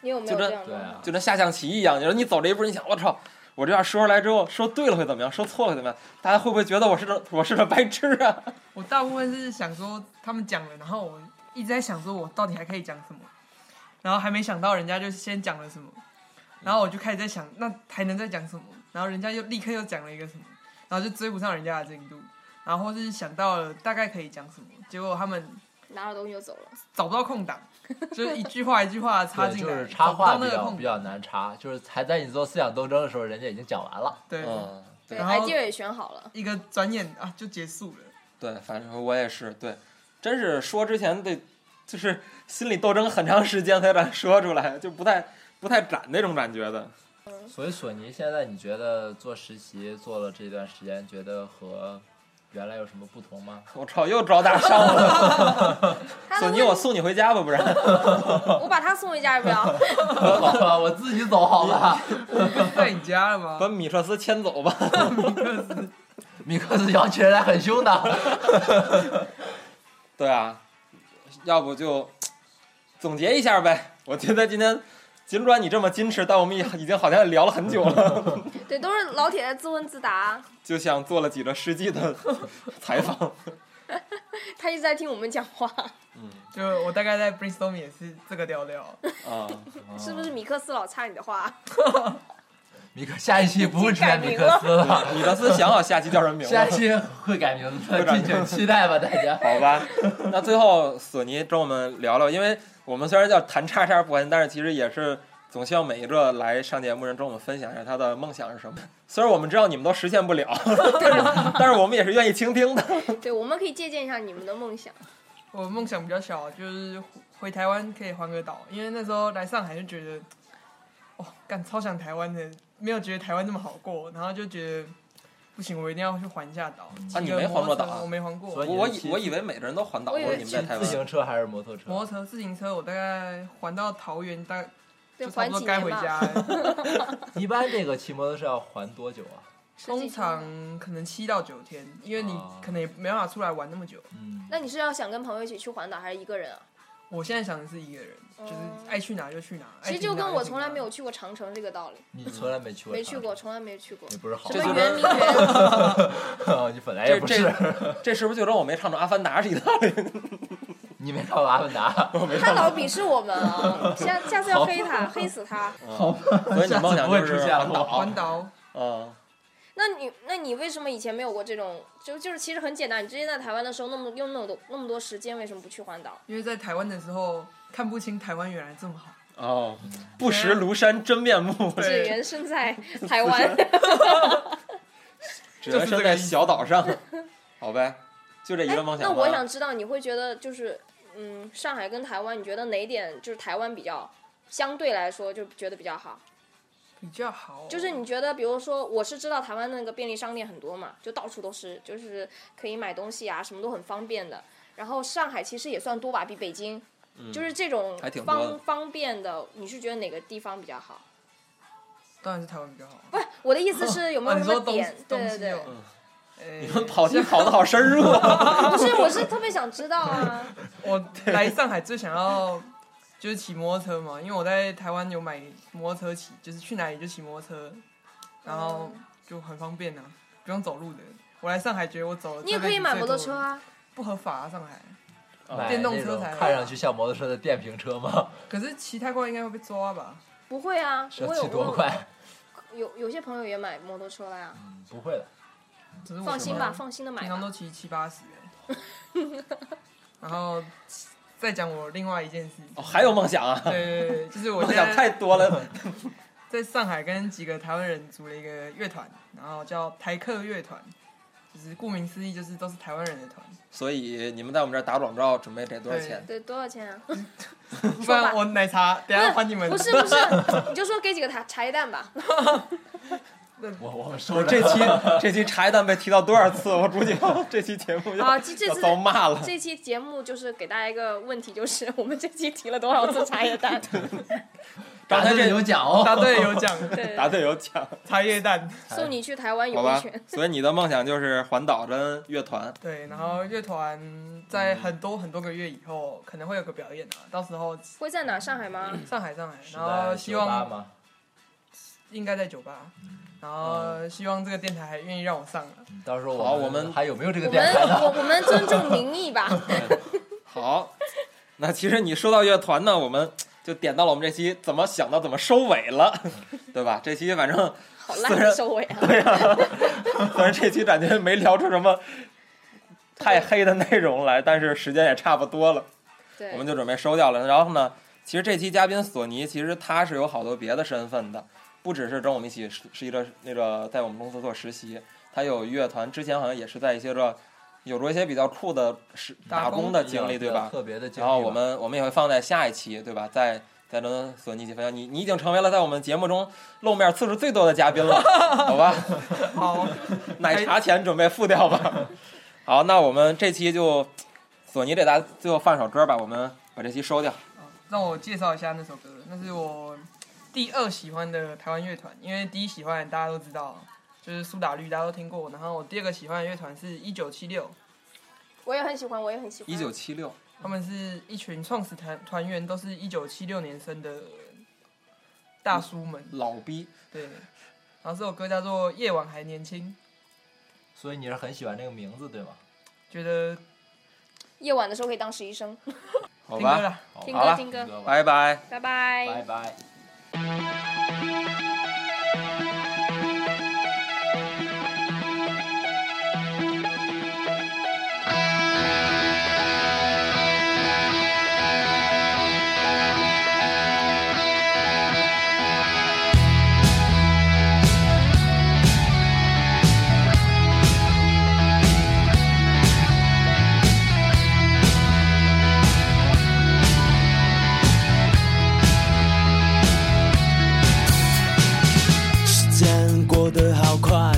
[SPEAKER 6] 你有没
[SPEAKER 5] 就
[SPEAKER 6] 有
[SPEAKER 5] 这
[SPEAKER 6] 这样
[SPEAKER 2] 对
[SPEAKER 6] 的？
[SPEAKER 2] 啊，
[SPEAKER 5] 就跟下象棋一样，你说你走这一步，你想我操，我这样说出来之后，说对了会怎么样，说错了会怎么样？大家会不会觉得我是个我是个白痴啊？
[SPEAKER 7] 我大部分是想说他们讲了，然后我一直在想说我到底还可以讲什么，然后还没想到人家就先讲了什么，然后我就开始在想那还能再讲什么，然后人家又立刻又讲了一个什么，然后就追不上人家的进度，然后或是想到了大概可以讲什么，结果他们
[SPEAKER 6] 拿了东西就走了。
[SPEAKER 7] 找不到空 档，就是一句话一句话的插
[SPEAKER 2] 对，
[SPEAKER 7] 进
[SPEAKER 2] 就
[SPEAKER 7] 来，
[SPEAKER 2] 是插
[SPEAKER 7] 找
[SPEAKER 2] 话
[SPEAKER 7] 不到
[SPEAKER 2] 比
[SPEAKER 7] 那个
[SPEAKER 2] 较
[SPEAKER 7] 空
[SPEAKER 2] 比
[SPEAKER 7] 档，
[SPEAKER 2] 较难插，就是还在你做思想斗争的时候，人家已经讲完了。
[SPEAKER 7] 对，
[SPEAKER 5] 嗯，
[SPEAKER 6] 对
[SPEAKER 7] 然后
[SPEAKER 6] ，idea 也选好了。
[SPEAKER 7] 一个转眼啊就结束了。
[SPEAKER 5] 对，反正我也是，对，真是说之前得就是心理斗争很长时间才敢说出来，就不太不太敢那种感觉的。
[SPEAKER 2] 所以索尼现在你觉得做实习做了这段时间，觉得和原来有什么不同吗？
[SPEAKER 5] 我操，又招大伤了！
[SPEAKER 6] 他
[SPEAKER 5] 索
[SPEAKER 6] 的
[SPEAKER 5] 尼，我送你回家吧，不然
[SPEAKER 6] 我把他送回家要 不要？
[SPEAKER 2] 我我自己走好了。
[SPEAKER 7] 在你家了 吗？
[SPEAKER 5] 把米克斯牵走吧。
[SPEAKER 2] 米克斯摇起人来很凶的，
[SPEAKER 5] 对啊，要不就总结一下呗。我觉得今天尽管你这么矜持，但我们也已经好像聊了很久了，
[SPEAKER 6] 对，都是老铁在自问自答，
[SPEAKER 5] 就像做了几个世纪的 采访。嗯
[SPEAKER 6] 他一直在听我们讲话，
[SPEAKER 7] 哦就我大概在 brainstorm 也是这个调调。
[SPEAKER 5] 啊、
[SPEAKER 6] 是不是米克斯老插你的话？
[SPEAKER 2] 米克下一期不会出现米克斯了，
[SPEAKER 5] 米克斯想好下期叫什 么名字
[SPEAKER 2] 下
[SPEAKER 5] 吗
[SPEAKER 2] 一？期会改名字，敬请期待吧，大 家。
[SPEAKER 5] 好吧， 那最后索尼跟我们聊聊，因为我们虽然叫谈叉叉不完，但是其实也是总希望每一个来上节目人跟我们分享一下他的梦想是什么。 虽然我们知道你们都实现不了， 但是但是我们也是愿意倾听的。
[SPEAKER 6] 对，我们可以借鉴一下你们的梦想。
[SPEAKER 7] 我梦想比较小，就是回台湾可以环个岛，因为那时候来上海就觉得，哦，干超想台湾的，没有觉得台湾这么好过，然后就觉得不行，我一定要去环一下岛。
[SPEAKER 5] 啊你没环过岛啊
[SPEAKER 7] 我没环过。
[SPEAKER 2] 所
[SPEAKER 5] 我
[SPEAKER 2] 以
[SPEAKER 5] 我以我以为每个人都环岛，
[SPEAKER 6] 我
[SPEAKER 5] 我
[SPEAKER 6] 以为
[SPEAKER 5] 说你们在台
[SPEAKER 2] 自
[SPEAKER 5] 湾。
[SPEAKER 2] 行车还是摩托车？
[SPEAKER 7] 摩托车、自行车，我大概环到桃园，大
[SPEAKER 6] 对，
[SPEAKER 7] 就差
[SPEAKER 6] 缓
[SPEAKER 7] 不多
[SPEAKER 6] 几
[SPEAKER 7] 该
[SPEAKER 6] 年
[SPEAKER 7] 回家
[SPEAKER 6] 吧。
[SPEAKER 7] 了。
[SPEAKER 2] 一般这个骑摩托车要还多久啊？
[SPEAKER 6] 十几
[SPEAKER 7] 通
[SPEAKER 6] 天
[SPEAKER 7] 常可能七到九天，因为你
[SPEAKER 5] 啊
[SPEAKER 2] 哦
[SPEAKER 7] 可能也没办法出来玩那么久。
[SPEAKER 2] 嗯，
[SPEAKER 6] 那你是要想跟朋友一起去环岛，还是一个人
[SPEAKER 7] 哎
[SPEAKER 6] 啊？
[SPEAKER 7] 我现在想的是一个人，就是爱去哪就去哪。
[SPEAKER 6] 哦其实
[SPEAKER 7] 爱停
[SPEAKER 6] 就
[SPEAKER 7] 哪
[SPEAKER 6] 跟我
[SPEAKER 7] 停
[SPEAKER 6] 从来
[SPEAKER 7] 哪
[SPEAKER 6] 没有去过长城这个道理，
[SPEAKER 2] 你从来没去过？
[SPEAKER 6] 没去过，，从来没去过。
[SPEAKER 2] 你不是好
[SPEAKER 6] 什
[SPEAKER 5] 这
[SPEAKER 6] 么
[SPEAKER 5] 就
[SPEAKER 2] 人，
[SPEAKER 5] 是
[SPEAKER 6] 圆明园？
[SPEAKER 2] 你本来
[SPEAKER 5] 这
[SPEAKER 2] 也不是，
[SPEAKER 5] 这 这是不是就跟我没唱着《阿凡达》是一道理？
[SPEAKER 2] 你没看过《阿凡 达》？
[SPEAKER 6] 他老鄙视我们啊！下下次要黑他，黑死他。
[SPEAKER 5] 好，所以你梦想
[SPEAKER 2] 不会
[SPEAKER 5] 就
[SPEAKER 2] 出
[SPEAKER 5] 是
[SPEAKER 2] 现了哦
[SPEAKER 5] 环岛。
[SPEAKER 7] 环岛，
[SPEAKER 5] 嗯，
[SPEAKER 6] 那你那你为什么以前没有过这种？就就是其实很简单，你之前在台湾的时候那么用那么多那么多时间，为什么不去环岛？
[SPEAKER 7] 因为在台湾的时候看不清台湾原来这么好。
[SPEAKER 5] 哦，不识庐山真面目，
[SPEAKER 7] 对
[SPEAKER 6] 只缘 身在台湾，
[SPEAKER 5] 只能身在小岛上。好呗，就这一
[SPEAKER 6] 哎
[SPEAKER 5] 个梦
[SPEAKER 6] 那
[SPEAKER 5] 想吧。
[SPEAKER 7] 啊
[SPEAKER 6] 我想知道，你会觉得就是，嗯，上海跟台湾，你觉得哪一点就是台湾比较相对来说就觉得比较好？
[SPEAKER 7] 比较好，
[SPEAKER 6] 就是你觉得，比如说，我是知道台湾那个便利商店很多嘛，就到处都是，就是可以买东西啊，什么都很方便的。然后上海其实也算多吧，比北京，
[SPEAKER 7] 嗯
[SPEAKER 6] 就是这种
[SPEAKER 5] 还挺多的
[SPEAKER 6] 方方便的，你是觉得哪个地方比较好？
[SPEAKER 7] 当然是台湾比较好。
[SPEAKER 6] 不是我的意思是有没
[SPEAKER 7] 啊
[SPEAKER 6] 有
[SPEAKER 7] 你
[SPEAKER 6] 什
[SPEAKER 7] 说
[SPEAKER 6] 么
[SPEAKER 7] 东
[SPEAKER 6] 点？
[SPEAKER 7] 西
[SPEAKER 6] 对
[SPEAKER 7] 东
[SPEAKER 6] 对
[SPEAKER 7] 西
[SPEAKER 6] 对
[SPEAKER 7] 哦，，
[SPEAKER 5] 嗯你
[SPEAKER 7] 你
[SPEAKER 5] 们跑题跑的好深入啊！
[SPEAKER 6] 不
[SPEAKER 7] 哦
[SPEAKER 6] 是，我是特别想知 道啊。
[SPEAKER 7] 我来上海最想要 就是骑摩托车嘛，因为我在台湾有买摩托车骑，就是去哪里就骑摩托车，然后就很方便呐、啊不用走路的。我来上海觉得我走了，
[SPEAKER 6] 你也可以买摩托车，啊，
[SPEAKER 7] 不合法啊，上海。
[SPEAKER 2] 买
[SPEAKER 7] 电动
[SPEAKER 2] 那
[SPEAKER 7] 车
[SPEAKER 2] 种
[SPEAKER 7] 才好
[SPEAKER 2] 看上去像摩托车的电瓶车吗？
[SPEAKER 7] 可是骑太快应该会被抓吧？
[SPEAKER 6] 不会啊，
[SPEAKER 2] 这
[SPEAKER 6] 我有
[SPEAKER 2] 骑多
[SPEAKER 6] 我
[SPEAKER 2] 快？嗯
[SPEAKER 6] 有有有些朋友也买摩托车了呀，
[SPEAKER 2] 不会的，
[SPEAKER 7] 只是我
[SPEAKER 6] 放心吧，
[SPEAKER 7] 平常
[SPEAKER 6] 放心的买
[SPEAKER 7] 平常
[SPEAKER 6] 吧
[SPEAKER 7] 都。骑七八十欸 然后再讲我另外一件事，
[SPEAKER 5] 哦还有梦想 啊，
[SPEAKER 7] 对对对，就是我
[SPEAKER 5] 梦
[SPEAKER 7] 现在
[SPEAKER 5] 想太多了。
[SPEAKER 7] 在上海跟几个台湾人组了一个乐团，然后叫台客乐团，就是顾名思义，就是都是台湾人的团。
[SPEAKER 5] 所以你们在我们这儿打广告，准备得多少钱？
[SPEAKER 6] 对，多少钱啊？
[SPEAKER 7] 不
[SPEAKER 6] 吧
[SPEAKER 7] 然我奶茶等一下还你们。哦
[SPEAKER 6] 不是不是， 你就说给几个茶茶叶蛋吧。
[SPEAKER 2] 我我们
[SPEAKER 5] 我
[SPEAKER 2] 收
[SPEAKER 5] 这 期这期茶叶蛋被提到多少次？我估计 这期节目要
[SPEAKER 6] 啊这这
[SPEAKER 5] 要
[SPEAKER 6] 次
[SPEAKER 5] 遭骂了。
[SPEAKER 6] 这期节目就是给大家一个问题，就是 我们这期提了多少次茶叶蛋？
[SPEAKER 5] 刚才这
[SPEAKER 2] 有奖哦，
[SPEAKER 7] 答对有奖，
[SPEAKER 6] 对，
[SPEAKER 5] 答对有奖，
[SPEAKER 7] 茶叶蛋。
[SPEAKER 6] 送你去台湾游
[SPEAKER 5] 好
[SPEAKER 6] 一
[SPEAKER 5] 吧
[SPEAKER 6] 圈。？
[SPEAKER 5] 所以你的梦想就是环岛跟乐 团。
[SPEAKER 7] 对，然后乐团在很多很多个月以后可能会有个表演啊，到时候
[SPEAKER 6] 会在哪？上海吗？
[SPEAKER 7] 上海上海，
[SPEAKER 2] 是
[SPEAKER 7] 然后
[SPEAKER 2] 在
[SPEAKER 7] 希
[SPEAKER 2] 酒吧
[SPEAKER 7] 望
[SPEAKER 2] 吗？
[SPEAKER 7] 应该在酒吧，然后希望这个电台还愿意让我上 啊。
[SPEAKER 2] 到时候
[SPEAKER 5] 好
[SPEAKER 2] 我
[SPEAKER 5] 我们
[SPEAKER 2] 还有没有这个
[SPEAKER 6] 我
[SPEAKER 2] 电
[SPEAKER 6] 们
[SPEAKER 2] 台呢？
[SPEAKER 6] 我我们尊重民意吧。
[SPEAKER 5] 好，那其实你说到乐团呢，我们就点到了我们这期怎么想到怎么收尾了， 对吧？这期反正
[SPEAKER 6] 好烂的收尾啊！
[SPEAKER 5] 虽然这期感觉没聊出什么太黑的内容来，但是时间也差不多了，
[SPEAKER 6] 对，
[SPEAKER 5] 我们就准备收掉了。然后呢，其实这期嘉宾索尼其实他是有好多别的身份的，不只是跟我们一起实是一个那个在我们公司做实习，他有乐团，之前好像也是在一些个有过一些比较酷的是
[SPEAKER 7] 打
[SPEAKER 5] 打
[SPEAKER 7] 工
[SPEAKER 5] 工的经历，对吧？
[SPEAKER 2] 特别的经历吧。
[SPEAKER 5] 然后我们我们也会放在下一期，对吧？再再跟索尼一起分享。你你已经成为了在我们节目中露面次数最多的嘉宾了，好吧？
[SPEAKER 7] 好，
[SPEAKER 5] 奶茶钱准备付掉吧。好，那我们这期就索尼给大家最后放首歌吧，我们把这期收掉。
[SPEAKER 7] 让我介绍一下那首歌，那是我第二喜欢的台湾乐团，因为第一喜欢大家都知道，就是苏打绿，大家都听过。然后我第二个喜欢的乐团是一九七六，
[SPEAKER 5] 嗯
[SPEAKER 6] 我也很喜欢，我也很喜欢。
[SPEAKER 5] 一九七六，
[SPEAKER 7] 他们是一群创始团团员，都是一九七六年生的大叔们。
[SPEAKER 5] 老逼，
[SPEAKER 7] 对，然后这首歌叫做《夜晚还年轻
[SPEAKER 2] 所以你是很喜欢这个名字对吗？》，
[SPEAKER 7] 觉得
[SPEAKER 6] 夜晚的时候可以当实习生，
[SPEAKER 5] 好
[SPEAKER 7] 听歌
[SPEAKER 5] 吧，
[SPEAKER 7] 啦。
[SPEAKER 6] 听
[SPEAKER 5] 好
[SPEAKER 6] 歌
[SPEAKER 5] 了
[SPEAKER 6] 听歌，
[SPEAKER 5] 拜拜。
[SPEAKER 6] 拜拜
[SPEAKER 2] 拜拜。
[SPEAKER 8] 时间过得好快，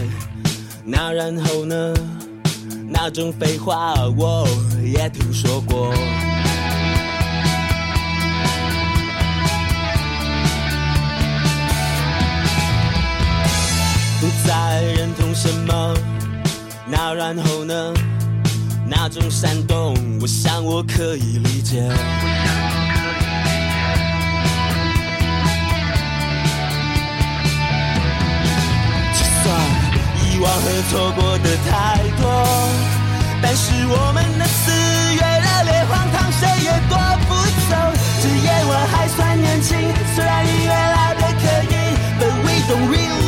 [SPEAKER 8] 那然后呢？那种废话我也听说过。不再认同什么，那然后呢？那种煽动，我想我可以理解。就算遗忘和错过的太多，但是我们的四月热烈荒唐，谁也夺不走。这夜晚还算年轻，虽然已越来越刻意，but we don't really